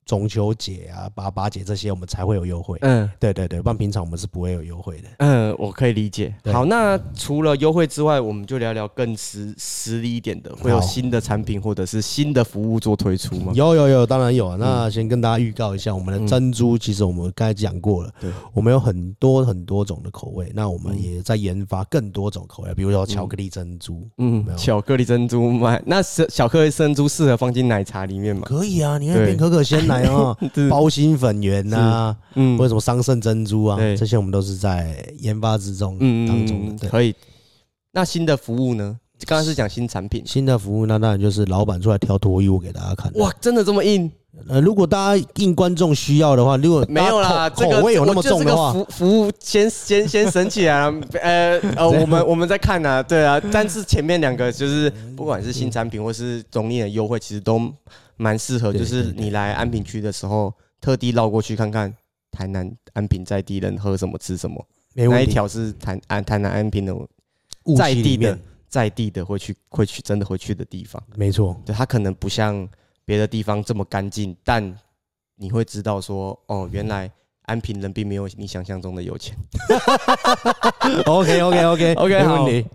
S2: 中秋节啊、八八节这些，我们才会有优惠。
S1: 嗯
S2: 对对对，不然平常我们是不会有优惠的。
S1: 嗯，我可以理解。
S2: 对
S1: 好，那除了优惠之外，我们就聊聊更实实力一点的，会有
S2: 好
S1: 新的产品或者是新的服务做推出吗？
S2: 有有有，当然有啊。那先跟大家预告一下，我
S1: 嗯
S2: 们的珍珠其实我们刚才讲过了，
S1: 对
S2: 我们有很多很多种的口味，那我们
S1: 嗯
S2: 也在研发更多种口味，比如说巧克力珍珠，
S1: 嗯
S2: 没，有
S1: 巧克力珍珠买那是巧克力珍珠适合放进奶茶里面嘛？
S2: 可以啊，你看
S1: 对
S2: 冰可可鲜奶 啊，
S1: 是
S2: 包心粉圆呐、
S1: 嗯
S2: 或者什么桑葚珍珠啊
S1: 对，
S2: 这些我们都是在研发之中
S1: 嗯
S2: 当中的。对，
S1: 可以。那新的服务呢？刚刚是讲新产品，
S2: 新的服务那当然就是老板出来挑脱衣舞给大家看。
S1: 哇，真的这么硬？
S2: 呃，如果大家应观众需要的话，如果
S1: 没有啦，
S2: 大家
S1: 这
S2: 口
S1: 个
S2: 口味有那
S1: 我
S2: 么
S1: 觉得
S2: 重的话
S1: 这，个服服务先先先省起来了。 呃呃，我们我们在看啊，对啊，但是前面两个就是
S2: 哎
S1: 不管是新产品或是总理的优惠，其实都蛮适合，
S3: 对
S1: 就是你来安平区的时候，特地绕过去看看台南安平在地人喝什么吃什么，
S2: 没
S1: 那
S2: 问
S1: 一
S2: 题。
S1: 条是台安台南安平的
S2: 雾
S1: 在
S2: 气里
S1: 地的
S2: 面，
S1: 在地的会去会去真的会去的地方。
S2: 没错，
S1: 对，它可能不像别的地方这么干净，但你会知道说，哦，原来安平人并没有你想象中的有钱。
S3: OK OK OK
S1: OK，
S3: 没
S1: 好
S3: 问题。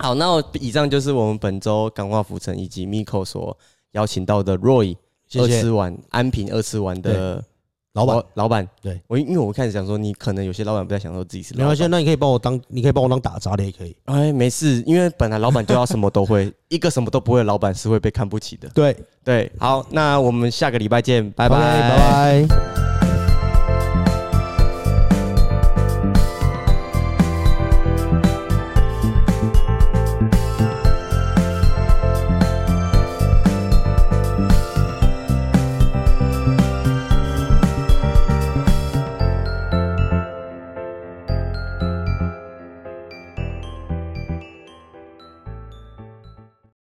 S1: 好，那我以上就是我们本周感化浮城以及 Miko 所邀请到的 Roy
S2: 谢
S1: 二
S2: 谢
S1: 次玩安平二次玩的
S2: 老板
S1: 我。老板。
S2: 对
S1: 我，因为我开始想说，你可能有些老板不太想说自己是
S2: 没
S1: 老
S2: 关系，
S1: 板。
S2: 那你可以帮我当，你可以帮我当打杂的也可以。
S1: 哎，没事，因为本来老板就要什么都会， 一个什么都不会的老板是会被看不起的。
S2: 对，
S1: 对，好，那我们下个礼拜见，拜
S2: 拜
S1: 拜，
S2: 拜拜。